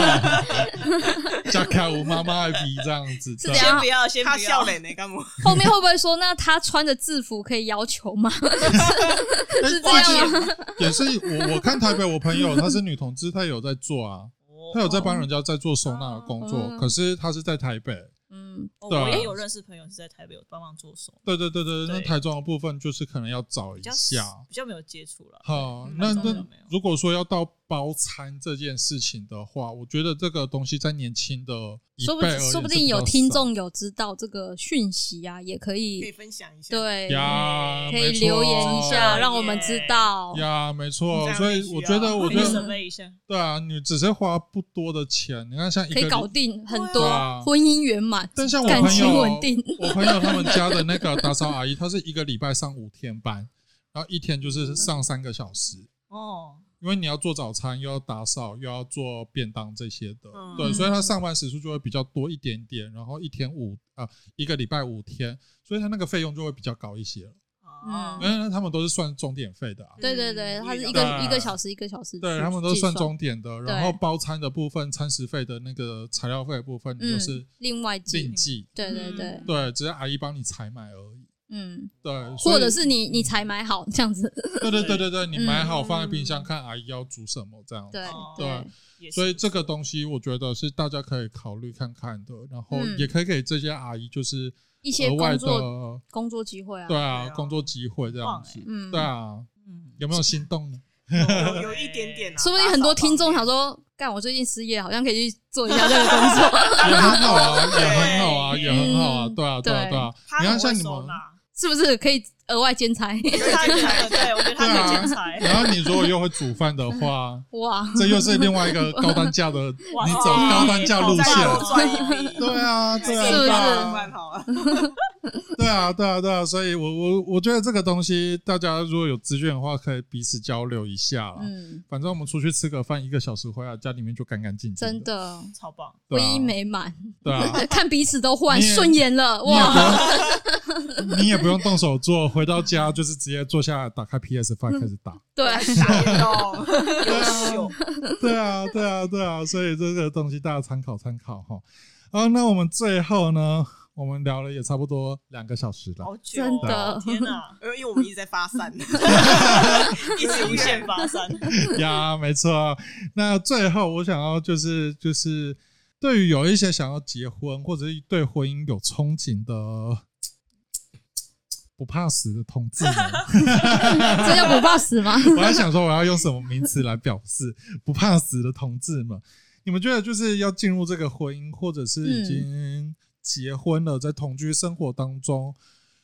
味嗯 道，加开我妈妈的逼这样子。
是
对啊
这样
先不要，先
他
不
笑
要。
脸呢，欸干嘛？
后面会不会说，那她穿的制服可以要求吗？
但
是这样吗？
也是我我看台北我朋友她是女同志，她有在做啊，
哦
她有在帮人家在做收纳的工作
哦，
可是她是在台北。
嗯，
哦
对啊
我也有认识朋友是在台北有帮忙做手，
对对对对，那
对
台中的部分就是可能要找一
比较
下。
比较没有接触了。
好，
嗯
那
台中
那
就没有
如果说要到包餐这件事情的话，我觉得这个东西在年轻的一
说不
辈而言
说不
是
定
比较
有听
少
众有知道这个讯息啊，也可
可以
以
分享一下。，
对
呀，
可
没
以留言一
错
下，让我们知道。
呀，没
这
错，
样
所以
必须
我
啊
觉得，我
我
觉
去
得
准备一下。
对啊，你只是花不多的钱，你看像一
可
个
以
礼
搞定很
对
多
啊
婚姻圆满，
但像我
感
朋
情
友，
稳定
我朋友他们家的那 个打扫阿姨，她是一个礼拜上五天班，然后一天就是上三个小时，
哦，
因为你要做早餐，又要打扫，又要做便当这些的，
嗯
对，所以她上班时数就会比较多一点点，然后一天五啊、一个礼拜五天，所以她那个费用就会比较高一些了，
哦
嗯
因为他们都是算钟点费的啊。
对对对，
嗯
它是
对
一个
啊
一个小时一个小时去计算，
对他们都算钟点的，然后
对
包餐的部分、餐食费的那个材料费的部分，你就
嗯
是
另外
另
计，
计，
对对对
嗯，
对，只是阿姨帮你采买而已。
嗯，
对，所以
或者是你你才买好这样子，
对对对对对，你
嗯
买好放在冰箱，看阿姨要煮什么这样。
对
哦
啊
对
也是
所以这个东西我觉得是大家可以考虑看看的，然后
嗯
也可以给这些阿姨就是
一些
额外
工作
的
工作机会啊
对，啊
对啊
工作机会这样子。
嗯，
对啊，
嗯，
有没有心 动呢？
有有一点点啊。
说不定很多听众想
说，
说，干我最近失业，好像可以去做一下这个 工作，
也很好啊，
对
也很好啊，也很好啊，
嗯
对啊，对啊，
对
对啊。
他
你看
很会
像你
收
们，
纳
是不是可以额外兼差？
他对我觉得他很有剪裁，
啊然后你如果又会煮饭的话，
哇，
这又是另外一个高单价 的，
哇
你走高单价路
再
线。
多赚 一笔，
对啊，对啊，
是不
对
是
啊，
好了。
对啊，对啊，对啊，所以我我我觉得这个东西，大家如果有资源的话，可以彼此交流一下啦。
嗯，
反正我们出去吃个饭，一个小时回来，家里面就干干净净。
真，的
超棒，
婚
对啊
姻，美满，
对啊，
看彼此都换
你也
顺眼了，
你也
哇，
不用， 你也不用动手做，回到家就是直接坐下来，打开 PS Five 开始 打。
对，
傻眼哦，
对啊， 对啊，对啊，对啊，所以这个东西大家参考参考哈。好，那我们最后呢，我们聊了也差不多两个小时了。
好久
真
哦，
的，
天哪，
因为我们一直在发散，
一直 无限发散，
呀，没错。那最后我想要就是就是，对于有一些想要结婚或者是对婚姻有憧憬的。不怕死的同志们，
这叫不怕死吗？
我还想说我要用什么名词来表示不怕死的同志们？你们觉得就是要进入这个婚姻，或者是已经结婚了，在同居生活当中，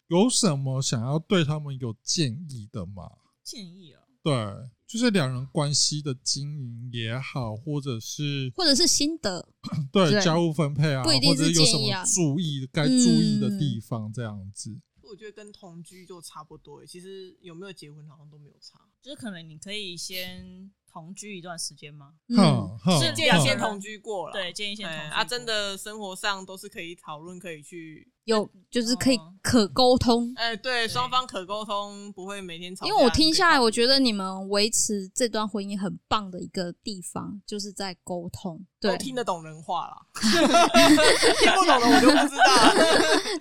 有什么想要对他们有建议的吗？
建议哦，
对，就是两人关系的经营也好，或者是
或者是心得，
对
对
家务分配啊，
不一定
或者
是
有什
建议啊嗯
么注意该注意的地方，这样子。
我觉得跟同居就差不多耶。欸其实有没有结婚好像都没有差，
就是可能你可以先同居一段时间吗？
嗯，
哼
是
建议
嗯
先同居过了。
对，建议先
哎
同居
啊，真的生活上都是可以讨论，可以去，
有就是可以
哦
可沟通，
哎，对，双方可沟通，不会每天吵架。
因为我听下来，我
得
觉得你们维持这段婚姻很棒的一个地方，就是在沟通。对
都，哦听得懂人话 啦，听不懂的我就不知道。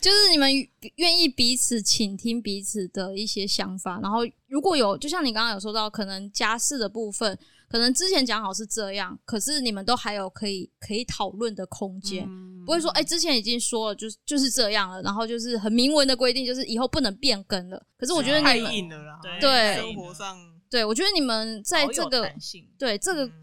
就是你们愿意彼此倾听彼此的一些想法，然后如果有，就像你刚刚有说到，可能家事的部分，可能之前讲好是这样，可是你们都还有可以可以讨论的空间。
嗯
不会说，哎、之前已经说了，就是就是这样了，然后就是很明文的规定，就是以后不能变更了。可是我觉得
啊太
你们，
硬了啦，
对
对
生活上
对我觉得你们在
好
这
有
个
弹性，
对这个
嗯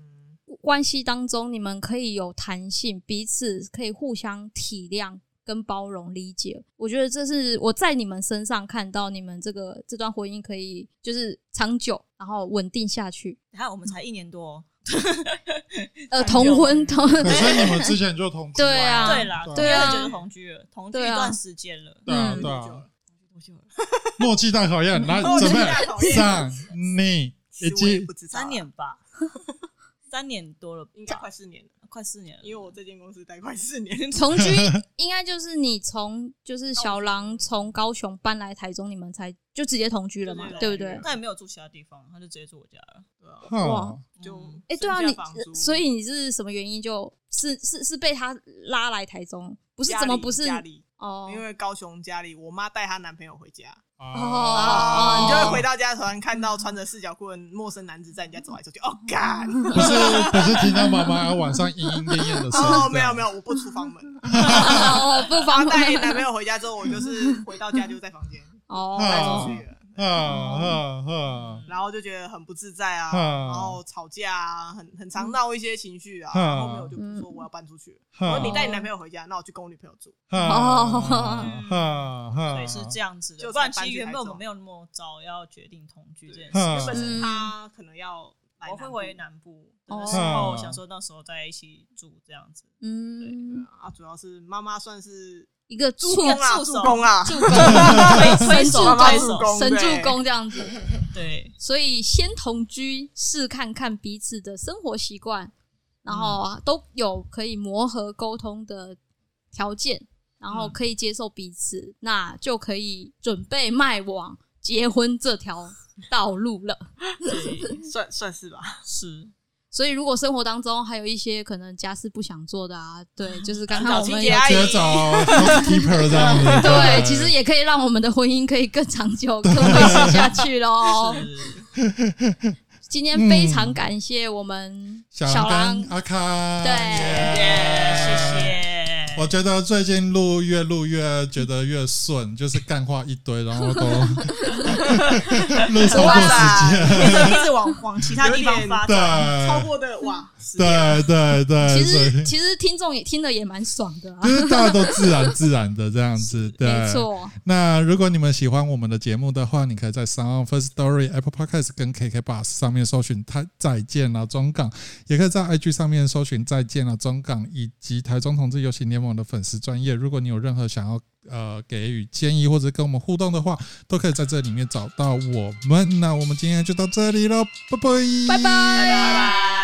关系当中，你们可以有弹性，彼此可以互相体谅跟包容理解。我觉得这是我在你们身上看到你们这个这段婚姻可以就是长久，然后稳定下去。
然后我们才一年多哦，
呃，
长久
同 婚同
可是你们之前就同居、
对啊
对啦，
对啊
因为就是同居了，同居一
对啊
段时间了，
对啊
嗯
对
多久
啊
了，
多久了？
默契大考验，来
默契
准
大考
备
验
三、 你
其
以
实我也
及
不知道啦
三，年吧，三年多了吧，
应该快四年了，
快四年了，
因为我这间公司待快四年。
同居，应该就是你从就是小狼从高雄搬来台中，你们才就直接同居了嘛，对
对
不
对
对？
那也没有住其他地方，他就直接住我家了。
对啊
哈
就
嗯
哎、对啊，
省
你
下房租
所以你是什么原因就是是是被他拉来台中，不是
家
怎么
里
不是
家里？
哦？
因为高雄家里，我妈带她男朋友回家，
啊
哦
你就会回到家，突然看到穿着四角裤的陌生男子在你家走来走去。哦，干！
不是不是听到妈妈晚上莺莺燕燕 的声音，
啊
哦，没有没
有，
有，我不出房门。
哦，不
然
方
后带
便
男朋友回家之后，我就是回到家就在房间
哦，
啊
嗯带出去了。
啊啊啊！
然后就觉得很不自在啊，
嗯
然后吵架啊，很很常闹一些情绪啊。
嗯
然后后面我就不说我要搬出去了，我说你带你男朋友回家，那我去跟我女朋友住。
哦
所以是这
样，
样子
嗯就
的。不然
才搬
其实
去
原
台
本我
中
们没有那么早要决定同居这件
嗯
事
原本
情，
是
嗯
他可能要来
我
南部，
会回南部
哦
的时候，想说到时候在一起住 这样子。
嗯，
啊，主要是妈妈算是
一个助
助攻啊，
助
助
手
攻啊，
助攻，神助
妈妈助
攻，
攻
神
对
助攻这样子。
对，
所以先同居试看看彼此的生活习惯，然
嗯
后都有可以磨合沟通的条件，然
嗯
后可以接受彼此，那就可以准备迈往结婚这条道路了。
所以
算算是吧。
是
所以，如果生活当中还有一些可能家事不想做的啊，对，就是刚刚
找
我
清
们
洁
有
阿姨
接，找 housekeeper 这样 子。
对，其实也可以让我们的婚姻可以更长久、更维持下去喽。
是，
今天非常感谢我们
小
小
狼
狼
跟，阿卡，
对
耶，谢
耶。
谢。
我觉得最近录越录越觉得越顺，就是干话一堆，然 后都录超过时间。
一直一直往往其他地方 发
对
展，
超过的哇，十点
对对对，
其
所以
实其实听众也听得也蛮爽的啊
就，是大家都自然自然的这样子，对，
没错，
那如果你们喜欢我们的节目的话，你可以在 Sound First Story、Apple Podcast 跟 KK Bus 上面搜寻“台再见了中港”，也可以在 IG 上面搜寻“再见了中港”以及台中同志游行联盟的粉丝专业。如果你有任何想要呃给予建议或者跟我们互动的话，都可以在这里面找到我们。那我们今天就到这里喽，拜拜，
拜拜。
拜拜。